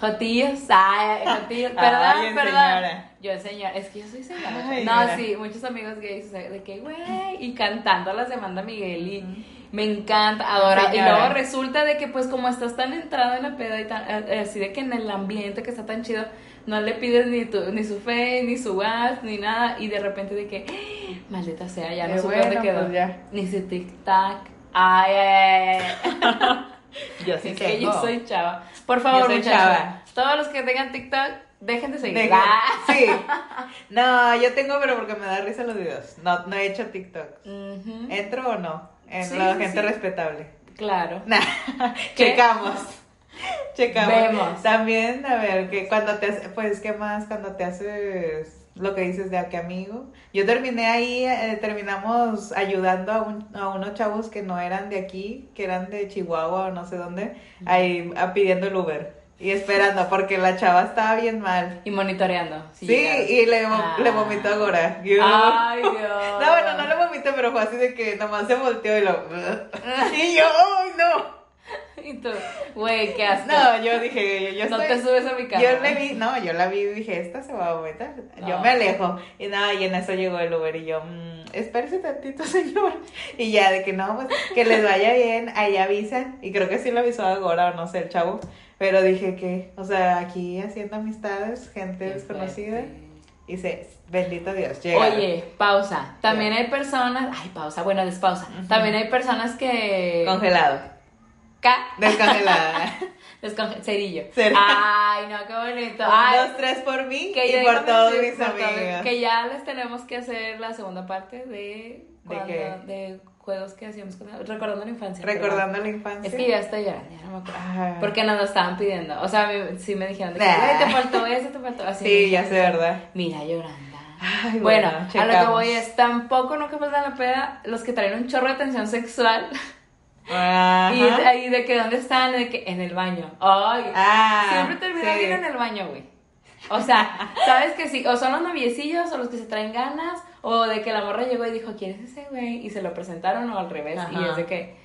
Speaker 1: Jotillos, ay, jotillos, perdón,
Speaker 2: Ay,
Speaker 1: perdón.
Speaker 2: señora.
Speaker 1: Yo, señora, es que yo soy señora.
Speaker 2: Ay,
Speaker 1: no,
Speaker 2: señora.
Speaker 1: sí, muchos amigos gays, o sea, de que, güey, y cantando las demanda Miguel y me encanta, adora. Y
Speaker 2: Señora.
Speaker 1: luego resulta de que, pues, como estás tan entrado en la peda y tan, eh, así de que en el ambiente que está tan chido, no le pides ni, tu, ni su fe, ni su WhatsApp, ni nada, y de repente de que, ¡Ah! maldita sea, ya no
Speaker 2: Eh,
Speaker 1: supe
Speaker 2: bueno,
Speaker 1: dónde quedó.
Speaker 2: pues ya.
Speaker 1: Ni su tic-tac. Ay, ay, ay, ay.
Speaker 2: Yo
Speaker 1: Es que yo soy chava. Por favor,
Speaker 2: Yo soy
Speaker 1: muchachos,
Speaker 2: chava.
Speaker 1: todos los que tengan TikTok, dejen de seguir.
Speaker 2: De-
Speaker 1: Ah.
Speaker 2: Sí. No, yo tengo, pero porque me da risa los videos. No, no he hecho TikTok.
Speaker 1: Ujú,
Speaker 2: ¿Entro o no? En
Speaker 1: Sí,
Speaker 2: la
Speaker 1: sí,
Speaker 2: gente
Speaker 1: sí.
Speaker 2: respetable.
Speaker 1: Claro.
Speaker 2: Nah,
Speaker 1: ¿Qué?
Speaker 2: checamos. Checamos.
Speaker 1: Vemos.
Speaker 2: También, a ver, que cuando te hace- pues, ¿qué más? Cuando te haces lo que dices de a qué amigo. Yo terminé ahí, eh, terminamos ayudando a, un- a unos chavos que no eran de aquí, que eran de Chihuahua o no sé dónde, ahí a- pidiendo el Uber y esperando porque la chava estaba bien mal.
Speaker 1: Y monitoreando. si
Speaker 2: Sí,
Speaker 1: llegas.
Speaker 2: y le, vo-
Speaker 1: Ah.
Speaker 2: le vomitó ahora. Y uno-
Speaker 1: Ay, Dios.
Speaker 2: No, bueno, no le vomité, pero fue así de que nomás se volteó y lo... y yo, ¡ay, no!
Speaker 1: Y tú, güey, qué asco.
Speaker 2: No, yo dije, yo, yo
Speaker 1: No
Speaker 2: estoy-
Speaker 1: te subes a mi carro.
Speaker 2: Yo le vi, no, yo la vi y dije, esta se va a vomitar. Yo
Speaker 1: No.
Speaker 2: me alejo. Y nada, y en eso llegó el Uber y yo, "Mm, espérese tantito, señor. Y ya, de que no, pues, que les vaya bien, ahí avisan. Y creo que sí lo avisó ahora o no sé, el chavo. Pero dije que, o sea, aquí haciendo amistades, gente
Speaker 1: Qué
Speaker 2: desconocida.
Speaker 1: fuerte.
Speaker 2: Y dice, bendito Dios, llega.
Speaker 1: Oye, pausa. También hay personas. Ay, pausa, bueno, despausa. También hay personas que.
Speaker 2: Congelado,
Speaker 1: Ca-
Speaker 2: descongelada.
Speaker 1: Desconge- Cerillo.
Speaker 2: Cer-
Speaker 1: Ay, no, qué bonito. Ay,
Speaker 2: Un, dos, tres por mí
Speaker 1: que ya
Speaker 2: y por
Speaker 1: déjame
Speaker 2: todos
Speaker 1: decir,
Speaker 2: mis
Speaker 1: por todos-
Speaker 2: amigos.
Speaker 1: Que ya les tenemos que hacer la segunda parte de. cuando-
Speaker 2: qué?
Speaker 1: de juegos que hacíamos con- recordando la infancia. perdón.
Speaker 2: Recordando la infancia.
Speaker 1: Es que ya estoy llorando, ya no me acuerdo.
Speaker 2: Ah.
Speaker 1: Porque nos lo estaban pidiendo. O sea, me- sí me dijeron, de que,
Speaker 2: Nah.
Speaker 1: "Ay, te faltó eso, te faltó. Así
Speaker 2: Sí,
Speaker 1: me
Speaker 2: ya sé,
Speaker 1: dijeron.
Speaker 2: ¿verdad?
Speaker 1: Mira, Yolanda.
Speaker 2: Ay,
Speaker 1: bueno,
Speaker 2: bueno,
Speaker 1: a lo que
Speaker 2: checamos.
Speaker 1: voy es, tampoco nunca faltan la peda los que traen un chorro de tensión sexual.
Speaker 2: Ajá.
Speaker 1: Y de, ahí de que dónde están, de que en el baño. Ay,
Speaker 2: Ah,
Speaker 1: siempre termina
Speaker 2: sí.
Speaker 1: bien en el baño, güey. O sea, sabes que sí, o son los noviecillos, o los que se traen ganas, o de que la morra llegó y dijo, ¿quién es ese güey? Y se lo presentaron, o al revés, y
Speaker 2: Ajá.
Speaker 1: es de que,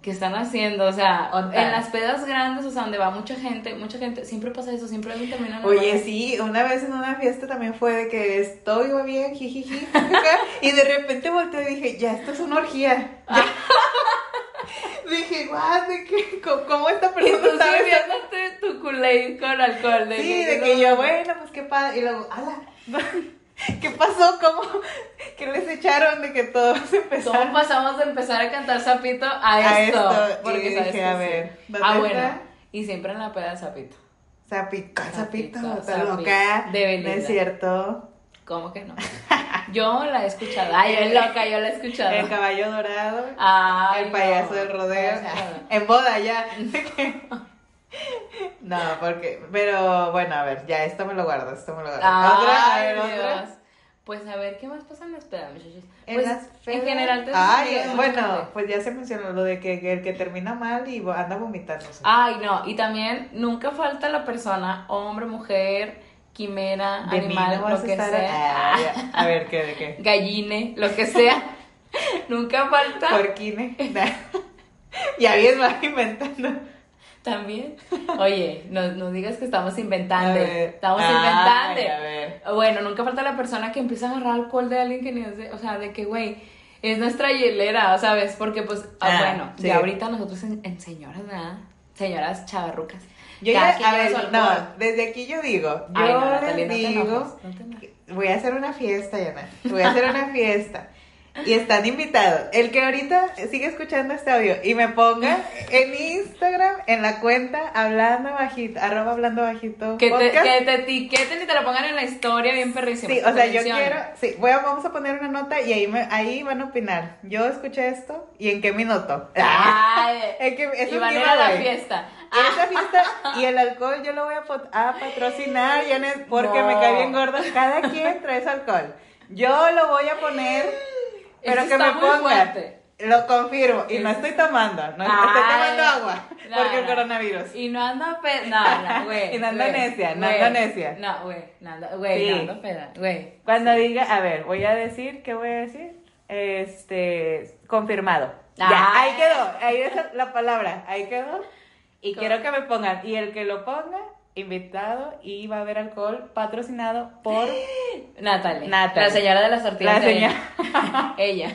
Speaker 1: ¿qué están haciendo? O sea,
Speaker 2: O tal.
Speaker 1: en las pedas grandes, o sea, donde va mucha gente, mucha gente, siempre pasa eso, siempre alguien termina en el
Speaker 2: Oye,
Speaker 1: baño.
Speaker 2: sí, una vez en una fiesta también fue de que estoy muy bien, jijiji, y de repente volteé y dije, ya, esto es una orgía. Ya. dije, guau, de que, co- ¿cómo esta
Speaker 1: Y tú
Speaker 2: persona sabe esto?"
Speaker 1: sirviéndote tu Kool-Aid con alcohol.
Speaker 2: Sí, de
Speaker 1: no,
Speaker 2: que yo, bueno, pues qué padre, y luego, ala, ¿qué pasó? ¿Cómo? ¿Qué les echaron de que todos empezaron?
Speaker 1: ¿Cómo pasamos de empezar a cantar sapito a
Speaker 2: A
Speaker 1: esto?
Speaker 2: esto, y
Speaker 1: Porque
Speaker 2: dije,
Speaker 1: sabes que
Speaker 2: a
Speaker 1: sí.
Speaker 2: ver, ¿dónde
Speaker 1: Ah, bueno.
Speaker 2: está?
Speaker 1: Y siempre en la peda de sapito.
Speaker 2: Zapito,
Speaker 1: Zapito,
Speaker 2: zapito, está
Speaker 1: zapito.
Speaker 2: loca.
Speaker 1: De
Speaker 2: no
Speaker 1: Belinda.
Speaker 2: es cierto.
Speaker 1: ¿Cómo que no? Yo la he escuchado. Ay, yo es loca, yo la he escuchado.
Speaker 2: El caballo dorado.
Speaker 1: Ay,
Speaker 2: el payaso del rodeo. en boda ya. no, porque. Pero bueno, a ver, ya, esto me lo guardo, esto me lo guardo. otra, a ver, otra.
Speaker 1: Pues a ver, ¿qué más pasa en las pedas, muchachos?
Speaker 2: En
Speaker 1: Pues,
Speaker 2: las
Speaker 1: en
Speaker 2: pedas-
Speaker 1: general te
Speaker 2: Ay,
Speaker 1: sucede
Speaker 2: bueno,
Speaker 1: mucho.
Speaker 2: pues ya se mencionó lo de que el que termina mal y vo- anda vomitando. sí.
Speaker 1: Ay, no, y también nunca falta la persona, hombre, mujer, quimera,
Speaker 2: de mí
Speaker 1: animal,
Speaker 2: no vas
Speaker 1: lo que
Speaker 2: a estar.
Speaker 1: sea.
Speaker 2: Ah, ya. a ver, ¿qué? ¿De qué?
Speaker 1: galline, lo que sea. Nunca falta.
Speaker 2: Porquine. ya bien vas inventando.
Speaker 1: También. Oye, no, no digas que estamos
Speaker 2: A
Speaker 1: inventando.
Speaker 2: ver.
Speaker 1: Estamos
Speaker 2: Ay, A
Speaker 1: inventando.
Speaker 2: ver.
Speaker 1: Bueno, nunca falta la persona que empieza a agarrar alcohol de alguien que ni es de, o sea, de que, güey, es nuestra hielera, ¿sabes? Porque, pues, ah,
Speaker 2: Ah,
Speaker 1: bueno,
Speaker 2: sí.
Speaker 1: ya ahorita nosotros en, en señoras, ¿verdad? Señoras chavarrucas.
Speaker 2: Yo
Speaker 1: Cada
Speaker 2: ya,
Speaker 1: quien
Speaker 2: a
Speaker 1: lleva
Speaker 2: ver,
Speaker 1: su alcohol.
Speaker 2: no, desde aquí yo digo, yo
Speaker 1: Ay, no, Natalie,
Speaker 2: les
Speaker 1: no te
Speaker 2: digo,
Speaker 1: enojes, no te enojes.
Speaker 2: voy a hacer una fiesta, Yana, voy a hacer una fiesta. Y están invitados. El que ahorita sigue escuchando este audio y me ponga en Instagram, en la cuenta, hablando bajito, arroba hablando bajito.
Speaker 1: Que te,
Speaker 2: podcast.
Speaker 1: que te etiqueten y te la pongan en la historia bien perrísimo.
Speaker 2: Sí, o sea, yo
Speaker 1: Menciona.
Speaker 2: quiero, sí, voy a- vamos a poner una nota y ahí, me, ahí van a opinar. Yo escuché esto y en qué minuto.
Speaker 1: Ay,
Speaker 2: Es que es
Speaker 1: y
Speaker 2: un
Speaker 1: van a ir a la
Speaker 2: giveaway.
Speaker 1: fiesta.
Speaker 2: Y esa fiesta y el alcohol yo lo voy a, pot- a patrocinar, ya no es- porque
Speaker 1: No.
Speaker 2: me cae bien gordo. Cada quien trae su alcohol. Yo lo voy a poner, pero
Speaker 1: Eso
Speaker 2: que me
Speaker 1: está muy
Speaker 2: ponga.
Speaker 1: fuerte.
Speaker 2: Lo confirmo. Y no estoy tomando, no estoy
Speaker 1: Ay.
Speaker 2: tomando agua.
Speaker 1: No,
Speaker 2: porque el
Speaker 1: no.
Speaker 2: coronavirus.
Speaker 1: Y no anda peda. No, no, güey.
Speaker 2: Y no anda
Speaker 1: güey,
Speaker 2: necia, no
Speaker 1: güey.
Speaker 2: anda necia.
Speaker 1: No, güey. No anda, güey,
Speaker 2: Sí.
Speaker 1: no anda peda. Güey.
Speaker 2: Cuando diga, a ver, voy a decir, ¿qué voy a decir? Este, confirmado. Ya,
Speaker 1: Ay.
Speaker 2: ahí quedó, ahí es la palabra, ahí quedó. Y
Speaker 1: Con-
Speaker 2: quiero que me pongan, y el que lo ponga, invitado, y va a haber alcohol patrocinado por
Speaker 1: Natalie.
Speaker 2: Natalie.
Speaker 1: La señora de las tortillas.
Speaker 2: La
Speaker 1: de
Speaker 2: señora.
Speaker 1: harina. Ella.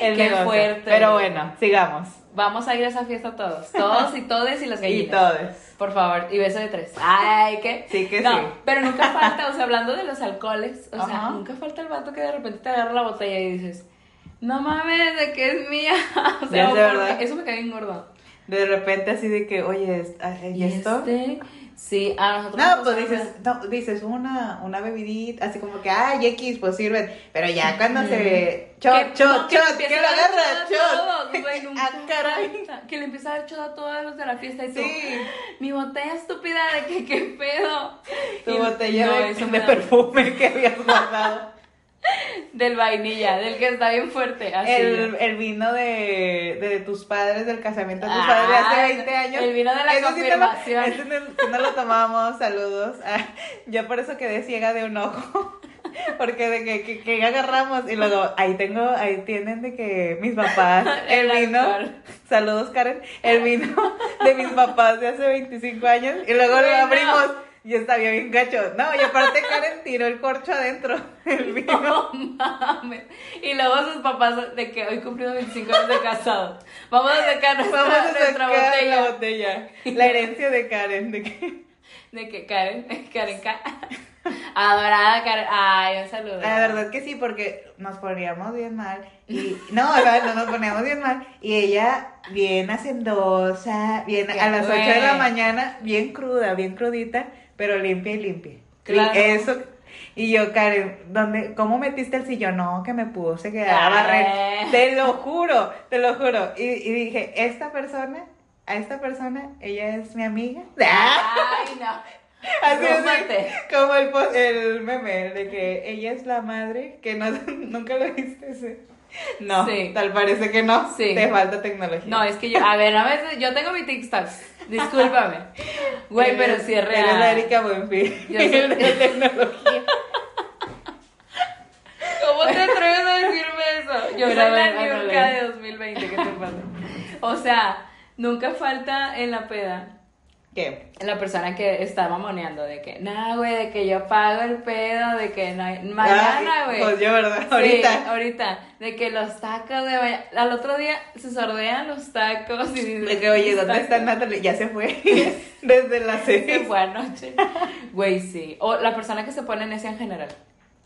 Speaker 2: el
Speaker 1: Qué
Speaker 2: negocio.
Speaker 1: fuerte.
Speaker 2: Pero bueno, sigamos.
Speaker 1: Vamos a ir a esa fiesta todos. Todos y todes y las gallinas.
Speaker 2: Y todos.
Speaker 1: Por favor, y beso de tres. Ay, ¿qué?
Speaker 2: Sí que
Speaker 1: no,
Speaker 2: sí.
Speaker 1: Pero nunca falta, o sea, hablando de los alcoholes, o sea,
Speaker 2: Ajá.
Speaker 1: nunca falta el vato que de repente te agarra la botella y dices, no mames, de que es mía. O sea,
Speaker 2: Ya sé,
Speaker 1: porque-
Speaker 2: ¿verdad?
Speaker 1: eso me cae bien gordo.
Speaker 2: De repente así de que, oye, es- ah, ¿y esto?
Speaker 1: Este, Sí, a nosotros
Speaker 2: No,
Speaker 1: nos
Speaker 2: pues
Speaker 1: gusta-
Speaker 2: dices, no, dices una, una bebidita, así como que, ay, X, pues sirven. Pero ya cuando se. Chot,
Speaker 1: Que- no,
Speaker 2: chot,
Speaker 1: que
Speaker 2: chot,
Speaker 1: le
Speaker 2: que
Speaker 1: empieza
Speaker 2: lo
Speaker 1: a dar chot a
Speaker 2: agarra, chot.
Speaker 1: todos, güey, nunca
Speaker 2: Ah, caray.
Speaker 1: falta. Que le empieza a dar chot a todos los de la fiesta y tú,
Speaker 2: Sí,
Speaker 1: mi botella estúpida de que qué pedo.
Speaker 2: tu
Speaker 1: Y-
Speaker 2: botella
Speaker 1: no,
Speaker 2: de,
Speaker 1: eso
Speaker 2: de
Speaker 1: me da-
Speaker 2: perfume que habías guardado.
Speaker 1: Del vainilla, del que está bien fuerte. Así.
Speaker 2: el, el vino de, de tus padres, del casamiento de tus
Speaker 1: Ah,
Speaker 2: padres de hace 20 años.
Speaker 1: el vino de la
Speaker 2: Ese sí te lo-
Speaker 1: confirmación.
Speaker 2: ese no- que no lo tomamos, saludos. Ah, yo por eso quedé ciega de un ojo. Porque de que, que, que agarramos y luego ahí tengo, ahí tienen de que mis papás, el,
Speaker 1: El
Speaker 2: vino,
Speaker 1: alcohol.
Speaker 2: saludos Karen, el vino de mis papás de hace 25 años y luego
Speaker 1: Güey,
Speaker 2: lo
Speaker 1: no.
Speaker 2: abrimos y estaba bien gacho. No, y aparte Karen tiró el corcho adentro, el vino.
Speaker 1: No mames. Y luego sus papás de que hoy cumplimos 25 años de casado. Vamos a sacar nuestra,
Speaker 2: Vamos a
Speaker 1: nuestra
Speaker 2: sacar
Speaker 1: botella.
Speaker 2: la botella. La herencia de Karen. De que...
Speaker 1: De que Karen, Karen K. Adorada Karen. Ay, un saludo.
Speaker 2: La verdad que sí, porque nos poníamos bien mal. Y... No, o sea, no nos poníamos bien mal. Y ella, bien hacendosa, bien a las 8 de la
Speaker 1: Güey.
Speaker 2: mañana, bien cruda, bien crudita, pero limpia y limpia.
Speaker 1: Claro.
Speaker 2: Y eso. Y yo, Karen, ¿dónde, ¿cómo metiste el sillón? No, que me puse que a
Speaker 1: Ah.
Speaker 2: barrer. Te lo juro, te lo juro. Y, y dije, esta persona, a esta persona, ella es mi amiga.
Speaker 1: Ah. Ay, no.
Speaker 2: Así es,
Speaker 1: Rómate.
Speaker 2: como el, po- el meme el de que ella es la madre, que no, nunca lo viste ese. No,
Speaker 1: Sí.
Speaker 2: tal parece que no,
Speaker 1: Sí.
Speaker 2: te falta tecnología.
Speaker 1: No, es que yo, a ver, a veces yo tengo mi TikTok. Discúlpame. Güey, pero
Speaker 2: Eres-
Speaker 1: sí es
Speaker 2: Eres la
Speaker 1: real.
Speaker 2: Erika Buenfil,
Speaker 1: Yo soy-
Speaker 2: de tecnología.
Speaker 1: ¿Cómo te atreves a decirme eso? Yo soy
Speaker 2: Pero a ver,
Speaker 1: la
Speaker 2: ándale.
Speaker 1: Niurka de 2020, ¿qué te pasa? O sea, nunca falta en la peda
Speaker 2: ¿Qué?
Speaker 1: la persona que está mamoneando de que, nah, güey, de que yo pago el pedo, de que no hay... mañana,
Speaker 2: Ay,
Speaker 1: güey.
Speaker 2: Pues yo, ¿verdad?
Speaker 1: Sí,
Speaker 2: Ahorita.
Speaker 1: ahorita. De que los tacos, de vaya- Al otro día se sordean los tacos y dicen,
Speaker 2: De que, oye, ¿dónde
Speaker 1: "Tacos".
Speaker 2: está Natalie? Ya se fue. Desde las
Speaker 1: Se
Speaker 2: seis.
Speaker 1: fue anoche. Güey, sí. O la persona que se pone necia en general.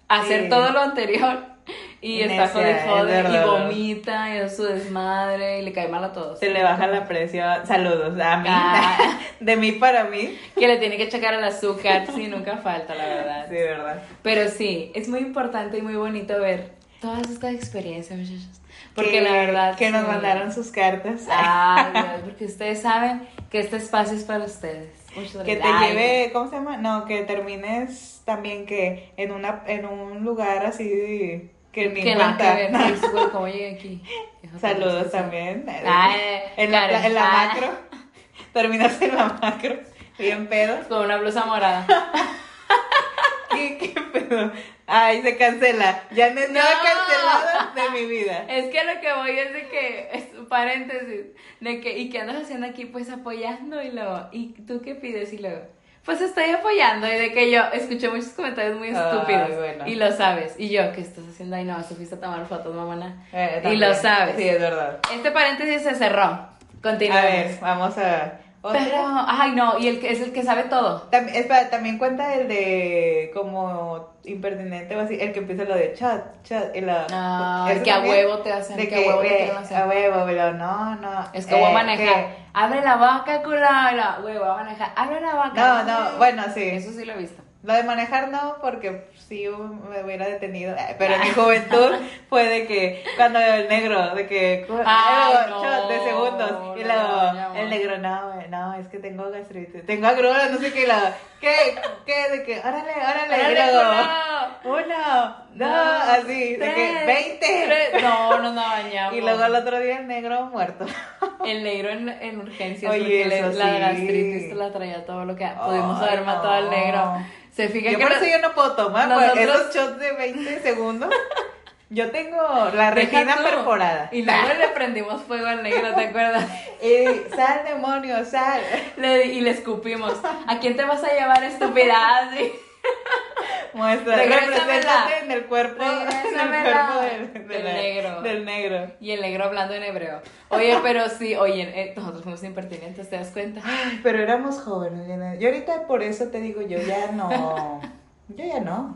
Speaker 1: Hacer
Speaker 2: Sí.
Speaker 1: todo lo anterior y
Speaker 2: Necia,
Speaker 1: está jode,
Speaker 2: es
Speaker 1: jode
Speaker 2: verdad.
Speaker 1: y vomita y es su desmadre y le cae mal a todos.
Speaker 2: Se le baja la presión. Saludos a mí.
Speaker 1: Ah.
Speaker 2: De mí para mí.
Speaker 1: Que le tiene que checar el azúcar, sí, nunca falta, la verdad.
Speaker 2: Sí, ¿verdad?
Speaker 1: Pero sí, es muy importante y muy bonito ver todas estas experiencias, muchachos. Porque
Speaker 2: Que-
Speaker 1: la verdad.
Speaker 2: Que nos
Speaker 1: sí. Ah.
Speaker 2: mandaron sus cartas.
Speaker 1: Ay, Dios, porque ustedes saben que este espacio es para ustedes. Muchas
Speaker 2: Que te
Speaker 1: gracias. Ay,
Speaker 2: lleve, ¿cómo se llama? No, que termines también que en una en un lugar así que ni
Speaker 1: Que nada que ver,
Speaker 2: cuenta.
Speaker 1: Ay, güey, ¿cómo llegué aquí? Es otra
Speaker 2: Saludos
Speaker 1: cosa.
Speaker 2: también.
Speaker 1: Ay,
Speaker 2: en, la,
Speaker 1: Karen.
Speaker 2: en la
Speaker 1: Ah.
Speaker 2: macro. Terminaste en la macro. Bien pedo.
Speaker 1: Con una blusa morada.
Speaker 2: ¿Qué, qué pedo? Ay, se cancela. Ya no es nada
Speaker 1: No.
Speaker 2: cancelado de mi vida.
Speaker 1: Es que lo que voy es de que, es un paréntesis, de que, ¿y qué andas haciendo aquí? Pues apoyando y luego, ¿y tú qué pides? Y luego, pues estoy apoyando y de que yo escuché muchos comentarios muy
Speaker 2: Ay,
Speaker 1: estúpidos
Speaker 2: bueno.
Speaker 1: y lo sabes. Y yo, ¿qué estás haciendo ahí? No, tú fuiste a tomar fotos, mamona.
Speaker 2: Eh,
Speaker 1: Y
Speaker 2: también.
Speaker 1: lo sabes.
Speaker 2: Sí, es verdad.
Speaker 1: Este paréntesis se cerró.
Speaker 2: A
Speaker 1: Continuamos.
Speaker 2: ver, vamos a. otra.
Speaker 1: Pero, ay no, y el que es el que sabe todo.
Speaker 2: Tam- espera, también cuenta el de como impertinente o así, el que empieza lo de chat, chat, y la-
Speaker 1: Ah,
Speaker 2: eso
Speaker 1: que a
Speaker 2: también,
Speaker 1: huevo te hacen,
Speaker 2: de
Speaker 1: que, a huevo te
Speaker 2: eh,
Speaker 1: quieren hacer.
Speaker 2: a huevo, pero no, no.
Speaker 1: Es como
Speaker 2: eh,
Speaker 1: manejar.
Speaker 2: que-
Speaker 1: Abre la boca, culabra. Güey, voy a manejar. Abre la boca.
Speaker 2: no, no, bueno, sí.
Speaker 1: Eso sí lo he visto.
Speaker 2: Lo de manejar no, porque sí me hubiera detenido, eh, pero en mi juventud fue de que cuando el negro, de que cu-
Speaker 1: Ay,
Speaker 2: luego,
Speaker 1: no,
Speaker 2: shot de segundos, y
Speaker 1: no,
Speaker 2: luego
Speaker 1: no, mi amor.
Speaker 2: el negro, no, eh, no, es que tengo gastritis, tengo agrura, no sé qué, y luego, ¿qué? ¿Qué? De que, órale, órale, y
Speaker 1: Abre,
Speaker 2: luego-
Speaker 1: culabra.
Speaker 2: Uno,
Speaker 1: Dos,
Speaker 2: dos, así, de que
Speaker 1: tres,
Speaker 2: 20.
Speaker 1: tres. No, no nos bañamos.
Speaker 2: Y luego al otro día el negro muerto.
Speaker 1: El negro en, en urgencias.
Speaker 2: Oye,
Speaker 1: porque le-
Speaker 2: eso
Speaker 1: la
Speaker 2: sí.
Speaker 1: gastritis la traía todo lo que. Pudimos
Speaker 2: Ay,
Speaker 1: haber matado al
Speaker 2: no.
Speaker 1: negro. Se fijan
Speaker 2: Yo
Speaker 1: que.
Speaker 2: por
Speaker 1: no-
Speaker 2: eso yo no puedo tomar por
Speaker 1: nosotros-
Speaker 2: esos shots de 20 segundos. Yo tengo
Speaker 1: Deja
Speaker 2: la retina
Speaker 1: tú.
Speaker 2: perforada.
Speaker 1: Y luego le prendimos fuego al negro, ¿te acuerdas?
Speaker 2: Eh, sal, demonio, sal.
Speaker 1: Le- y le escupimos. ¿A quién te vas a llevar, estúpida? Así.
Speaker 2: Muestra,
Speaker 1: Regrésamela.
Speaker 2: represéntate en el cuerpo, en el
Speaker 1: Regrésamela.
Speaker 2: cuerpo del,
Speaker 1: Del
Speaker 2: la-
Speaker 1: negro.
Speaker 2: Del negro.
Speaker 1: Y el negro hablando en hebreo. Oye, pero sí, oye, eh, nosotros fuimos impertinentes, ¿te das cuenta?
Speaker 2: Ay, Pero éramos jóvenes. ¿no? Yo ahorita por eso te digo, yo ya no. Yo ya no.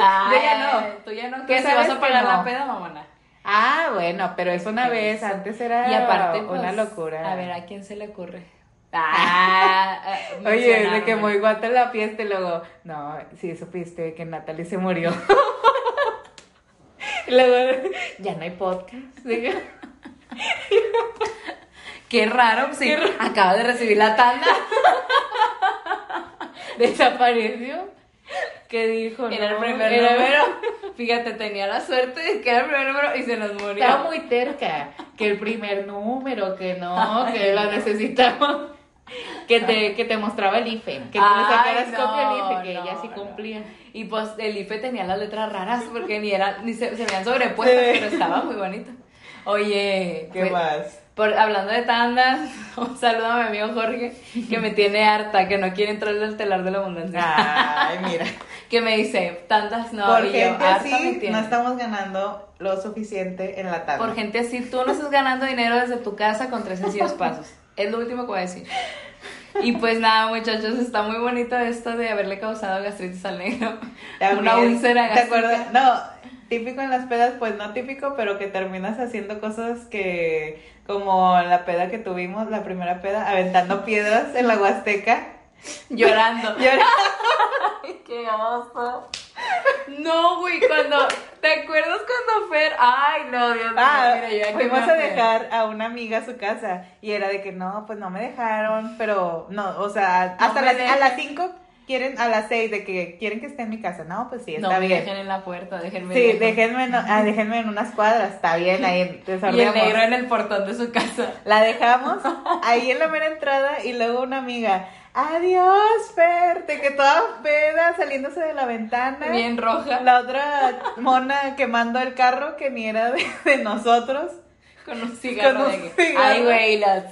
Speaker 1: Ah,
Speaker 2: yo ya no.
Speaker 1: Tú ya no.
Speaker 2: ¿Qué
Speaker 1: ¿Qué si
Speaker 2: sabes
Speaker 1: vas a pagar
Speaker 2: que no?
Speaker 1: la peda, mamona?
Speaker 2: Ah, bueno, pero es una
Speaker 1: Sí.
Speaker 2: vez, antes era
Speaker 1: y aparte, pues,
Speaker 2: una locura.
Speaker 1: A ver, ¿a quién se le ocurre? Ah, eh,
Speaker 3: Oye, de que
Speaker 1: mencionaron.
Speaker 3: muy guata la fiesta y luego, no, sí supiste que Natalie se murió. Y luego, ya no hay podcast. Dije,
Speaker 1: Qué raro, pues, sí. Acaba de recibir la tanda.
Speaker 3: Desapareció. ¿Qué dijo?
Speaker 1: Era el
Speaker 3: No,
Speaker 1: primer
Speaker 3: era-
Speaker 1: número. Fíjate, tenía la suerte de que era el primer número y se nos murió.
Speaker 3: Estaba muy terca. Que el primer número, que no, que la necesitamos. Que te, que te mostraba el IFE. Que tú le
Speaker 1: Ay,
Speaker 3: sacaras
Speaker 1: no,
Speaker 3: copia al IFE, que
Speaker 1: no,
Speaker 3: ella sí
Speaker 1: no.
Speaker 3: cumplía.
Speaker 1: Y pues el IFE tenía las letras raras porque ni era, ni se, se veían sobrepuestas,
Speaker 3: Sí.
Speaker 1: pero estaba muy bonito. Oye, fue-
Speaker 3: más?
Speaker 1: por, hablando de tandas, un saludo a mi amigo Jorge, que me tiene harta, que no quiere entrar al telar de la abundancia.
Speaker 3: Ay, mira.
Speaker 1: Que me dice, tandas no,
Speaker 3: Por
Speaker 1: y yo,
Speaker 3: gente
Speaker 1: harta me
Speaker 3: así,
Speaker 1: tiene.
Speaker 3: no estamos ganando lo suficiente en la tabla.
Speaker 1: Por gente así, tú no estás ganando dinero desde tu casa con tres sencillos pasos. Es lo último que voy a decir. Y pues nada, muchachos, está muy bonito esto de haberle causado gastritis al negro.
Speaker 2: También,
Speaker 1: Una úlcera
Speaker 2: ¿Te
Speaker 1: gástrica.
Speaker 2: acuerdas? No, típico en las pedas, pues no típico, pero que terminas haciendo cosas que, como la peda que tuvimos, la primera peda, aventando piedras en la Huasteca.
Speaker 1: Llorando.
Speaker 2: Y ahora,
Speaker 1: Ay, qué oso. No, güey, cuando. ¿Te acuerdas cuando Fer? Ay, no, Dios mío.
Speaker 2: ah,
Speaker 1: mira, yo ya
Speaker 2: fuimos
Speaker 1: quemé
Speaker 2: a
Speaker 1: Fer.
Speaker 2: dejar a una amiga a su casa y era de que no, pues no me dejaron, pero no, o sea,
Speaker 1: No
Speaker 2: hasta
Speaker 1: me
Speaker 2: las, a
Speaker 1: dejan.
Speaker 2: las 5 quieren, a las 6 de que quieren que esté en mi casa. No, pues sí,
Speaker 1: No,
Speaker 2: está
Speaker 1: me
Speaker 2: bien.
Speaker 1: dejen en la puerta, déjenme.
Speaker 2: Sí,
Speaker 1: lejos.
Speaker 2: déjenme en, ah, déjenme en unas cuadras, está bien, ahí
Speaker 1: Y el
Speaker 2: desarrollamos.
Speaker 1: negro en el portón de su casa.
Speaker 2: La dejamos ahí en la mera entrada y luego una amiga, adiós, Fer, de que toda peda saliéndose de la ventana.
Speaker 1: Bien roja.
Speaker 2: La otra mona quemando el carro que ni era de, de nosotros.
Speaker 1: Con un cigarro.
Speaker 2: Con un
Speaker 1: de que,
Speaker 2: cigarro.
Speaker 1: Ay, güey, las.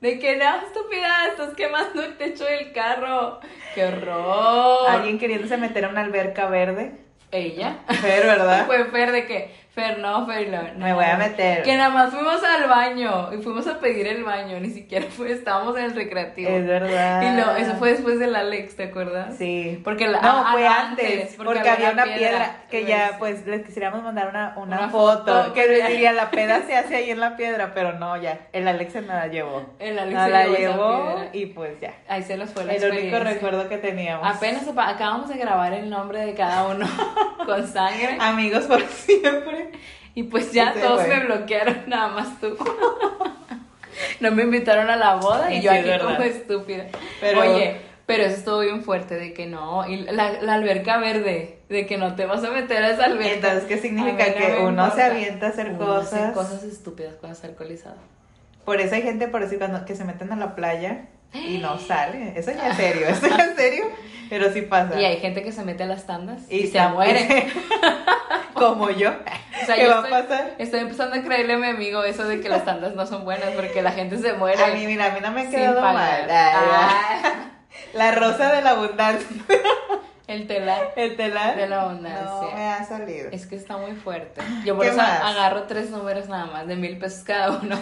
Speaker 1: De que no, estúpida, estás quemando el techo del carro. ¡Qué horror!
Speaker 2: Alguien queriéndose meter a una alberca verde.
Speaker 1: ¿Ella?
Speaker 2: Fer, ¿verdad?
Speaker 1: Fue Fer de que, Fer, no, Fer, no, no.
Speaker 2: Me voy a meter.
Speaker 1: Que nada más fuimos al baño y fuimos a pedir el baño, ni siquiera fue, estábamos en el recreativo.
Speaker 2: Es verdad.
Speaker 1: Y no, eso fue después del Alex, ¿te acuerdas?
Speaker 2: Sí.
Speaker 1: Porque la,
Speaker 2: No,
Speaker 1: ah,
Speaker 2: fue
Speaker 1: ah,
Speaker 2: antes, porque, había una piedra, que ya, pues, les quisiéramos mandar una, una,
Speaker 1: Una
Speaker 2: foto,
Speaker 1: foto.
Speaker 2: que les diría, la peda se hace ahí en la piedra, pero no, ya, el Alex se me la llevó.
Speaker 1: El Alex
Speaker 2: No
Speaker 1: se
Speaker 2: la
Speaker 1: llevó esa
Speaker 2: llevó
Speaker 1: piedra.
Speaker 2: y pues ya.
Speaker 1: Ahí se los fue la
Speaker 2: El único
Speaker 1: experiencia.
Speaker 2: recuerdo que teníamos.
Speaker 1: Apenas apa- acabamos de grabar el nombre de cada uno con sangre.
Speaker 2: Amigos por siempre.
Speaker 1: Y pues ya
Speaker 2: Sí,
Speaker 1: todos
Speaker 2: güey.
Speaker 1: me bloquearon, nada más tú. No me invitaron a la boda y
Speaker 2: Sí,
Speaker 1: yo
Speaker 2: es
Speaker 1: aquí
Speaker 2: verdad.
Speaker 1: como estúpida.
Speaker 2: Pero-
Speaker 1: Oye, pero eso estuvo bien fuerte, de que no. Y la, la alberca verde, de que no te vas a meter a esa alberca.
Speaker 2: Entonces, ¿qué significa?
Speaker 1: A mí no
Speaker 2: Que
Speaker 1: me
Speaker 2: uno
Speaker 1: importa.
Speaker 2: se avienta a hacer
Speaker 1: Uno hace
Speaker 2: cosas.
Speaker 1: cosas estúpidas cuando está alcoholizado.
Speaker 2: Por eso hay gente, por decir, cuando, que se meten a la playa y no sale. Eso ya es serio, eso ya es serio, pero sí pasa.
Speaker 1: Y hay gente que se mete a las tandas y,
Speaker 2: Y
Speaker 1: se
Speaker 2: tam-
Speaker 1: muere.
Speaker 2: Como yo.
Speaker 1: O sea,
Speaker 2: ¿Qué
Speaker 1: yo
Speaker 2: va a
Speaker 1: estoy-
Speaker 2: pasar?
Speaker 1: Estoy empezando a creerle a mi amigo eso de que las tandas no son buenas porque la gente se muere.
Speaker 2: A mí, mira, a mí no me ha
Speaker 1: sin
Speaker 2: quedado mal.
Speaker 1: pagar.
Speaker 2: Ay, ay.
Speaker 1: Ah,
Speaker 2: La rosa de la abundancia.
Speaker 1: el telar.
Speaker 2: El telar.
Speaker 1: De la abundancia.
Speaker 2: No me ha salido.
Speaker 1: Es que está muy fuerte. Yo por
Speaker 2: ¿Qué
Speaker 1: eso
Speaker 2: más?
Speaker 1: agarro tres números nada más, de mil pesos cada uno.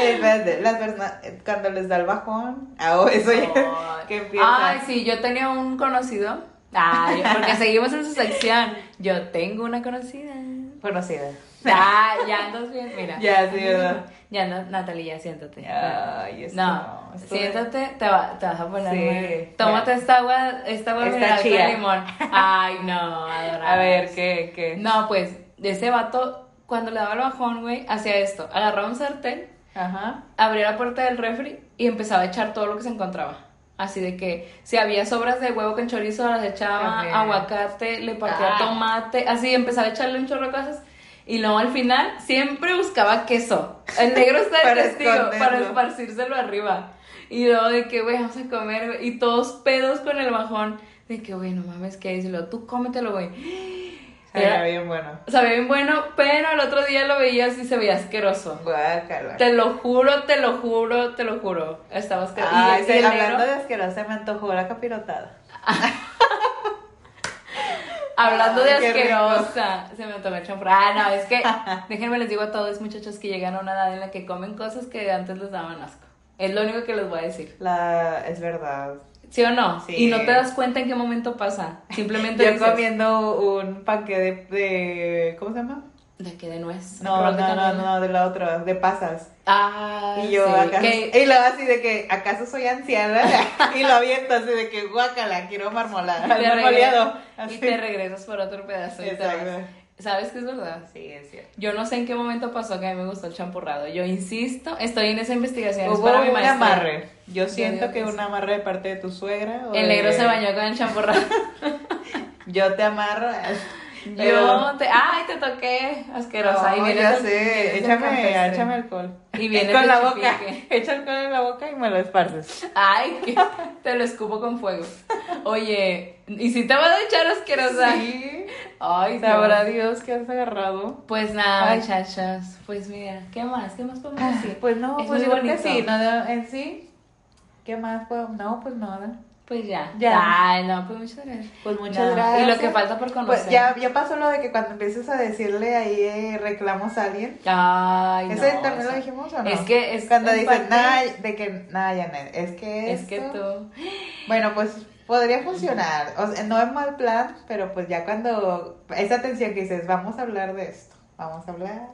Speaker 2: Eh, espérate, las personas, eh, cuando les da el bajón. Ah, oh, eso ya. Que empieza.
Speaker 1: Ay, sí, yo tenía un conocido. Ay, porque seguimos en su sección. Yo tengo una conocida.
Speaker 2: Conocida.
Speaker 1: Ah, ya andas bien, mira.
Speaker 2: Ya, sí, ¿verdad? Ah.
Speaker 1: Ya, Na- Natalia, ya siéntate.
Speaker 2: Ay, esto
Speaker 1: no,
Speaker 2: no, esto-
Speaker 1: siéntate, te, va- te vas a poner.
Speaker 2: Sí.
Speaker 1: mal. Tómate esta agua, esta agua
Speaker 2: Esta
Speaker 1: mineral con
Speaker 2: chía.
Speaker 1: limón. Ay, no, adorable.
Speaker 2: A ver, ¿qué? qué?
Speaker 1: No, pues, de ese vato, cuando le daba el bajón, güey, hacía esto. Agarraba un sartén,
Speaker 2: Ajá.
Speaker 1: abría la puerta del refri y empezaba a echar todo lo que se encontraba. Así de que si había sobras de huevo con chorizo, las echaba,
Speaker 2: También.
Speaker 1: aguacate, le partía
Speaker 2: Ah.
Speaker 1: tomate, así empezaba a echarle un chorro de cosas. Y luego al final siempre buscaba queso. El negro está de
Speaker 2: Para
Speaker 1: testigo para
Speaker 2: esconderlo.
Speaker 1: esparcírselo arriba. Y luego de que, güey, vamos a comer, güey. Y todos pedos con el bajón. De que, güey, no mames, ¿qué dice? Y luego, tú cómetelo, güey.
Speaker 2: Era
Speaker 1: Era-
Speaker 2: bien bueno.
Speaker 1: Sabía bien bueno, pero al otro día lo veías y se veía asqueroso.
Speaker 2: Guácala.
Speaker 1: Te lo juro, te lo juro, te lo juro. Estaba asqueroso.
Speaker 2: Ay,
Speaker 1: y,
Speaker 2: se-
Speaker 1: y el
Speaker 2: hablando
Speaker 1: negro-
Speaker 2: de asqueroso, se me antojó la capirotada.
Speaker 1: hablando de
Speaker 2: Ay, qué rico.
Speaker 1: asquerosa, se me tomó el chanfrán. Ah, no, es que déjenme les digo a todos muchachos que llegan a una edad en la que comen cosas que antes les daban asco. Es lo único que les voy a decir.
Speaker 2: La, es verdad.
Speaker 1: ¿Sí o no?
Speaker 2: Sí.
Speaker 1: Y no te das cuenta en qué momento pasa. Simplemente
Speaker 2: Yo
Speaker 1: dices,
Speaker 2: comiendo un panque de, de- ¿Cómo se llama?
Speaker 1: ¿De qué? ¿De nuez?
Speaker 2: No,
Speaker 1: Creo
Speaker 2: no,
Speaker 1: que
Speaker 2: no,
Speaker 1: también.
Speaker 2: no, de la otra, de pasas.
Speaker 1: Ah,
Speaker 2: Y yo
Speaker 1: sí.
Speaker 2: acá.
Speaker 1: Que-
Speaker 2: Y luego así de que, ¿acaso soy anciana? y lo aviento así de que, guácala, quiero marmolada.
Speaker 1: te regresas-
Speaker 2: Marmoleado.
Speaker 1: Y
Speaker 2: Así.
Speaker 1: te regresas por otro pedazo. y te vas.
Speaker 2: Exacto.
Speaker 1: ¿Sabes que es verdad?
Speaker 2: Sí, es cierto.
Speaker 1: Yo no sé en qué momento pasó que a mí me gustó el champurrado. Yo insisto, estoy en esa investigación. es
Speaker 2: Hubo
Speaker 1: Pues para mi
Speaker 2: un
Speaker 1: maestría.
Speaker 2: amarre. Yo siento
Speaker 1: digo
Speaker 2: que
Speaker 1: que
Speaker 2: un
Speaker 1: sí.
Speaker 2: amarre de parte de tu suegra. o
Speaker 1: El negro
Speaker 2: de-
Speaker 1: se bañó con el champurrado.
Speaker 2: Yo te amarro.
Speaker 1: Yo te. ¡Ay, te toqué! Asquerosa. y
Speaker 2: No,
Speaker 1: viene
Speaker 2: ya
Speaker 1: el-
Speaker 2: sé.
Speaker 1: viene el
Speaker 2: Échame,
Speaker 1: campestre.
Speaker 2: échame alcohol.
Speaker 1: Y viene
Speaker 2: con
Speaker 1: el
Speaker 2: la boca.
Speaker 1: pichipique.
Speaker 2: Echa alcohol en la boca y me lo esparces.
Speaker 1: ¡Ay! que te lo escupo con fuego. Oye, ¿y si te vas a echar asquerosa?
Speaker 2: Sí.
Speaker 1: ¡Ay,
Speaker 2: Sabrá
Speaker 1: Dios.
Speaker 2: Dios que has agarrado.
Speaker 1: Pues nada,
Speaker 2: Ay.
Speaker 1: muchachas. Pues mira, ¿qué más? ¿Qué más podemos decir?
Speaker 2: Pues no,
Speaker 1: Es
Speaker 2: pues
Speaker 1: muy
Speaker 2: yo creo que
Speaker 1: bonito.
Speaker 2: sí. Nada, en sí. ¿Qué más puedo? No, pues nada.
Speaker 1: Pues ya.
Speaker 2: Ya.
Speaker 1: Ay, no, pues muchas gracias.
Speaker 2: Pues
Speaker 1: No, Y lo que falta por conocer.
Speaker 2: Pues ya, ya pasó lo de que cuando empieces a decirle ahí eh, reclamos a alguien.
Speaker 1: Ay, no.
Speaker 2: ¿Ese también
Speaker 1: eso-
Speaker 2: lo dijimos o no?
Speaker 1: Es que es
Speaker 2: Cuando
Speaker 1: en
Speaker 2: dicen,
Speaker 1: parte-
Speaker 2: nada, de que, nada, Janet, es que
Speaker 1: Es que
Speaker 2: esto-".
Speaker 1: tú.
Speaker 2: Bueno, pues podría funcionar. O sea, no es mal plan, pero pues ya cuando. Esa atención que dices, vamos a hablar de esto. Vamos a hablar.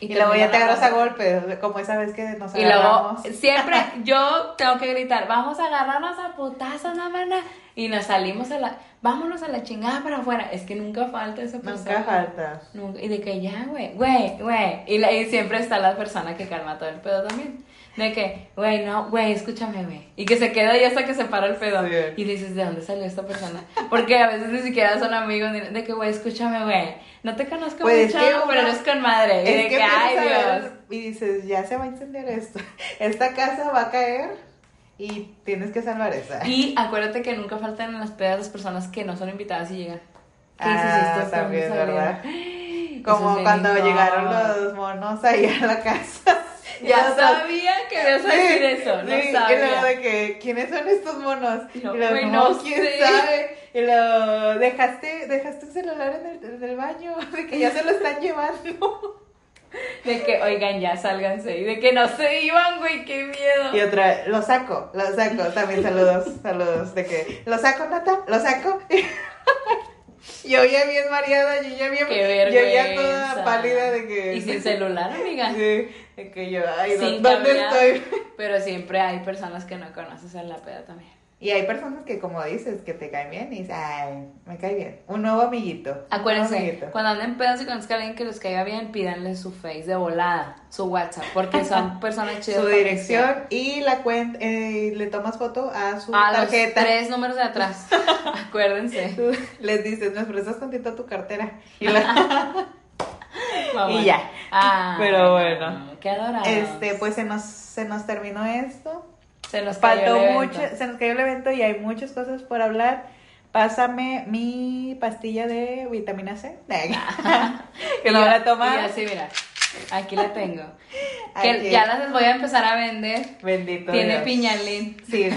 Speaker 2: Y, luego ya te
Speaker 1: termina la
Speaker 2: agarras a
Speaker 1: cosa.
Speaker 2: golpes, como esa vez que nos
Speaker 1: Y luego,
Speaker 2: agarramos.
Speaker 1: siempre yo tengo que gritar, vamos a agarrarnos a putazos, la mana. Y nos salimos a la, vámonos a la chingada para afuera. Es que nunca falta esa persona.
Speaker 2: Nunca falta.
Speaker 1: Nunca- y de que ya, güey, güey, güey. Y, la- y siempre está la persona que calma todo el pedo también. De que, güey, no, güey, escúchame, güey. Y que se queda ahí hasta que se para el pedo.
Speaker 2: Sí.
Speaker 1: Y dices, ¿de dónde salió esta persona? Porque a veces ni siquiera son amigos. ni- De que, güey, escúchame, güey. No te conozco
Speaker 2: Pues es
Speaker 1: mucho,
Speaker 2: que uno-
Speaker 1: pero eres con madre. Y de
Speaker 2: Es
Speaker 1: que,
Speaker 2: que pues,
Speaker 1: ay,
Speaker 2: empiezas a
Speaker 1: Dios.
Speaker 2: ver y dices, ya se va a incendiar esto. Esta casa va a caer y tienes que salvar esa.
Speaker 1: Y acuérdate que nunca faltan en las pedas las personas que no son invitadas y llegan. ¿Qué dices?
Speaker 2: Ah,
Speaker 1: Estos son
Speaker 2: también,
Speaker 1: mis amigos.
Speaker 2: ¿verdad?
Speaker 1: Eso es
Speaker 2: Como
Speaker 1: bien
Speaker 2: cuando
Speaker 1: incómodo.
Speaker 2: llegaron los monos ahí a la casa. Y
Speaker 1: Ya
Speaker 2: nosotros-
Speaker 1: sabía que ibas a decir eso, no
Speaker 2: sí, Y luego
Speaker 1: sabía.
Speaker 2: de que, ¿quiénes son estos monos?
Speaker 1: Y
Speaker 2: Y
Speaker 1: yo,
Speaker 2: luego,
Speaker 1: "Güey,
Speaker 2: no,
Speaker 1: no
Speaker 2: ¿quién
Speaker 1: sé".
Speaker 2: sabe? Y luego, dejaste, dejaste el celular en el, en el baño, de que ya se lo están llevando.
Speaker 1: De que, oigan, ya sálganse. Y de que no se iban, güey, qué miedo.
Speaker 2: Y otra, lo saco, lo saco, también saludos, saludos, de que, ¿lo saco, Nata? ¿Lo saco? yo ya bien mareada, yo ya bien,
Speaker 1: Qué
Speaker 2: yo
Speaker 1: vergüenza.
Speaker 2: ya toda pálida de que...
Speaker 1: Y sin celular, amiga.
Speaker 2: Sí, de que yo, ay, ¿dó-
Speaker 1: Sin
Speaker 2: ¿dónde
Speaker 1: cambiar.
Speaker 2: estoy?
Speaker 1: Pero siempre hay personas que no conoces en la peda también.
Speaker 2: Y hay personas que, como dices, que te caen bien y dices, ay, me cae bien. Un nuevo amiguito. un
Speaker 1: Acuérdense,
Speaker 2: nuevo Ah, amiguito.
Speaker 1: cuando anden pedos y conozcan a alguien que les caiga bien, pídanle su face de volada, su WhatsApp, porque son personas chidas.
Speaker 2: Su
Speaker 1: para
Speaker 2: dirección y la cuenta, eh, le tomas foto a su
Speaker 1: A los
Speaker 2: tarjeta.
Speaker 1: tres números de atrás. Acuérdense.
Speaker 2: Tú les dices, nos prestas tantito tu cartera. Y la-
Speaker 1: Vamos.
Speaker 2: Y ya.
Speaker 1: Ah,
Speaker 2: Pero bueno.
Speaker 1: Qué adorable.
Speaker 2: este, pues se nos, se nos terminó esto.
Speaker 1: se nos
Speaker 2: Faltó
Speaker 1: cayó el
Speaker 2: mucho,
Speaker 1: evento.
Speaker 2: se nos cayó el evento y hay muchas cosas por hablar. Pásame mi pastilla de vitamina C. que
Speaker 1: Ah. Y
Speaker 2: no
Speaker 1: ya-
Speaker 2: van a
Speaker 1: Y
Speaker 2: tomar.
Speaker 1: así, mira. Aquí la tengo. que
Speaker 2: Ay,
Speaker 1: ya las voy a empezar a vender.
Speaker 2: Bendito
Speaker 1: Tiene
Speaker 2: Dios.
Speaker 1: piñalín,
Speaker 2: Sí.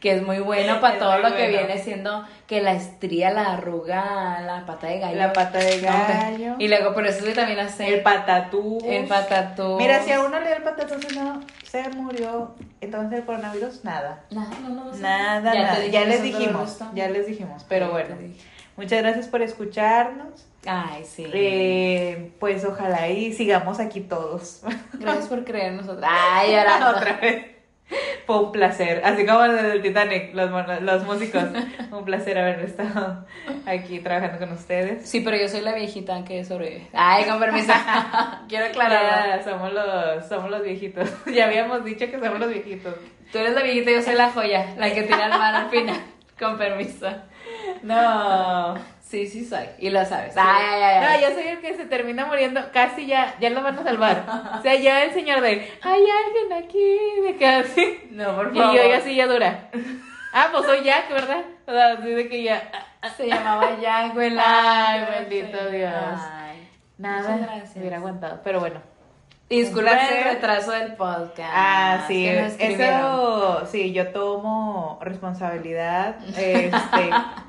Speaker 1: que es muy bueno para
Speaker 2: Es
Speaker 1: todo
Speaker 2: muy
Speaker 1: lo que
Speaker 2: bueno.
Speaker 1: viene siendo que la estría, la arruga, la pata de gallo.
Speaker 2: La pata de
Speaker 1: No, hombre.
Speaker 2: gallo.
Speaker 1: Y luego, pero eso es vitamina C.
Speaker 2: El patatús.
Speaker 1: El patatú.
Speaker 2: Mira, si a uno le da el patatús y no se murió, entonces el coronavirus, nada.
Speaker 1: No, no, no, no.
Speaker 2: Nada,
Speaker 1: te
Speaker 2: nada.
Speaker 1: dije
Speaker 2: Ya
Speaker 1: que
Speaker 2: les
Speaker 1: son todo
Speaker 2: dijimos,
Speaker 1: gusto.
Speaker 2: ya les dijimos. Pero
Speaker 1: Ya
Speaker 2: bueno,
Speaker 1: te dije.
Speaker 2: muchas gracias por escucharnos.
Speaker 1: Ay, sí.
Speaker 2: Eh, pues ojalá y sigamos aquí todos.
Speaker 1: Gracias por creer en nosotros. Ay, ahora
Speaker 2: Otra vez. Fue un placer. Así como el del Titanic, los, mon- los músicos. un placer haber estado aquí trabajando con ustedes.
Speaker 1: Sí, pero yo soy la viejita que sobrevive. Ay, con permiso. Quiero aclararlo.
Speaker 2: Ya, somos los, somos los viejitos. ya habíamos dicho que somos los viejitos.
Speaker 1: Tú eres la viejita, yo soy la joya, la que tira el mar al final. Con permiso.
Speaker 2: No.
Speaker 1: Sí, sí soy. Y lo sabes. Ay, ay, ay. ay.
Speaker 2: No, yo soy el que se termina muriendo. Casi ya, ya lo van a salvar. O sea, ya el señor de, hay alguien aquí, de que así.
Speaker 1: No, por
Speaker 2: Y
Speaker 1: favor.
Speaker 2: yo, así ya dura. Ah, pues soy Jack, ¿verdad? O sea, así de que ya.
Speaker 1: Se llamaba Jack, güey.
Speaker 2: Ay,
Speaker 1: la-
Speaker 2: bendito Dios.
Speaker 1: Ay.
Speaker 2: Nada,
Speaker 1: Muchas gracias.
Speaker 2: hubiera aguantado. Pero bueno.
Speaker 1: Disculpen el
Speaker 2: placer.
Speaker 1: retraso del podcast.
Speaker 2: Ah, sí,
Speaker 1: que nos escribieron.
Speaker 2: eso, sí, yo tomo responsabilidad, este,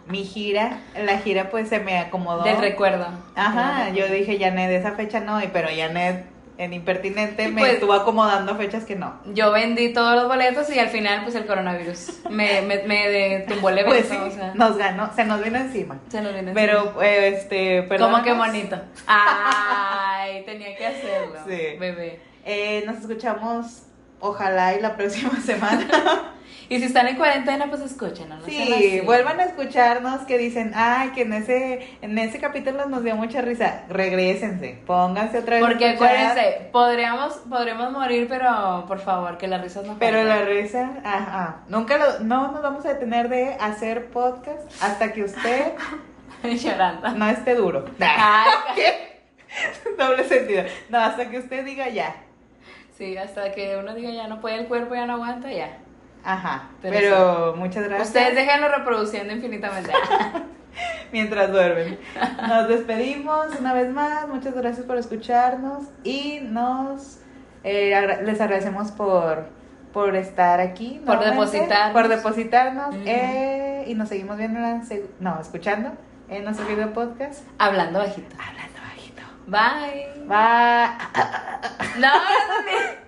Speaker 2: mi gira, la gira pues se me acomodó.
Speaker 1: Del recuerdo.
Speaker 2: Ajá, yo dije, Janet, esa fecha no, y pero Janet en impertinente
Speaker 1: Y
Speaker 2: me
Speaker 1: pues-
Speaker 2: estuvo acomodando fechas que no.
Speaker 1: Yo vendí todos los boletos y al final, pues el coronavirus me, me, me de- tumbó el
Speaker 2: Pues
Speaker 1: evento.
Speaker 2: sí,
Speaker 1: o sea,
Speaker 2: nos ganó, se nos vino encima.
Speaker 1: se nos viene encima.
Speaker 2: Pero, eh, este,
Speaker 1: como
Speaker 2: perdónanos.
Speaker 1: que bonito. Ay, tenía que hacerlo.
Speaker 2: Sí.
Speaker 1: Bebé.
Speaker 2: Eh, nos escuchamos, ojalá y la próxima semana.
Speaker 1: Y si están en cuarentena, pues escuchen, ¿no? sean
Speaker 2: sí,
Speaker 1: así.
Speaker 2: vuelvan a escucharnos que dicen, ay, que en ese, en ese capítulo nos dio mucha risa. Regrésense, pónganse otra vez. a
Speaker 1: Porque
Speaker 2: escuchar.
Speaker 1: acuérdense, podríamos, podremos morir, pero por favor, que las risas no
Speaker 2: Pero
Speaker 1: falten.
Speaker 2: la risa, ajá, nunca lo, no nos vamos a detener de hacer podcast hasta que usted
Speaker 1: Llorando.
Speaker 2: no esté duro.
Speaker 1: Ay,
Speaker 2: Doble sentido. No, hasta que usted diga ya.
Speaker 1: sí, hasta que uno diga ya no puede el cuerpo, ya no aguanta, ya.
Speaker 2: Ajá.
Speaker 1: Pero
Speaker 2: Pero, muchas gracias.
Speaker 1: Ustedes déjenlo reproduciendo infinitamente.
Speaker 2: mientras duermen. Nos despedimos una vez más. Muchas gracias por escucharnos y nos eh, agra- les agradecemos por por estar aquí,
Speaker 1: Por
Speaker 2: nuevamente,
Speaker 1: depositarnos. Mm.
Speaker 2: por depositarnos
Speaker 1: Ujú.
Speaker 2: eh, y nos seguimos viendo en la seg- no escuchando en nuestro video podcast.
Speaker 1: Hablando bajito.
Speaker 2: Hablando bajito.
Speaker 1: Bye.
Speaker 2: Bye.
Speaker 1: No, no, no.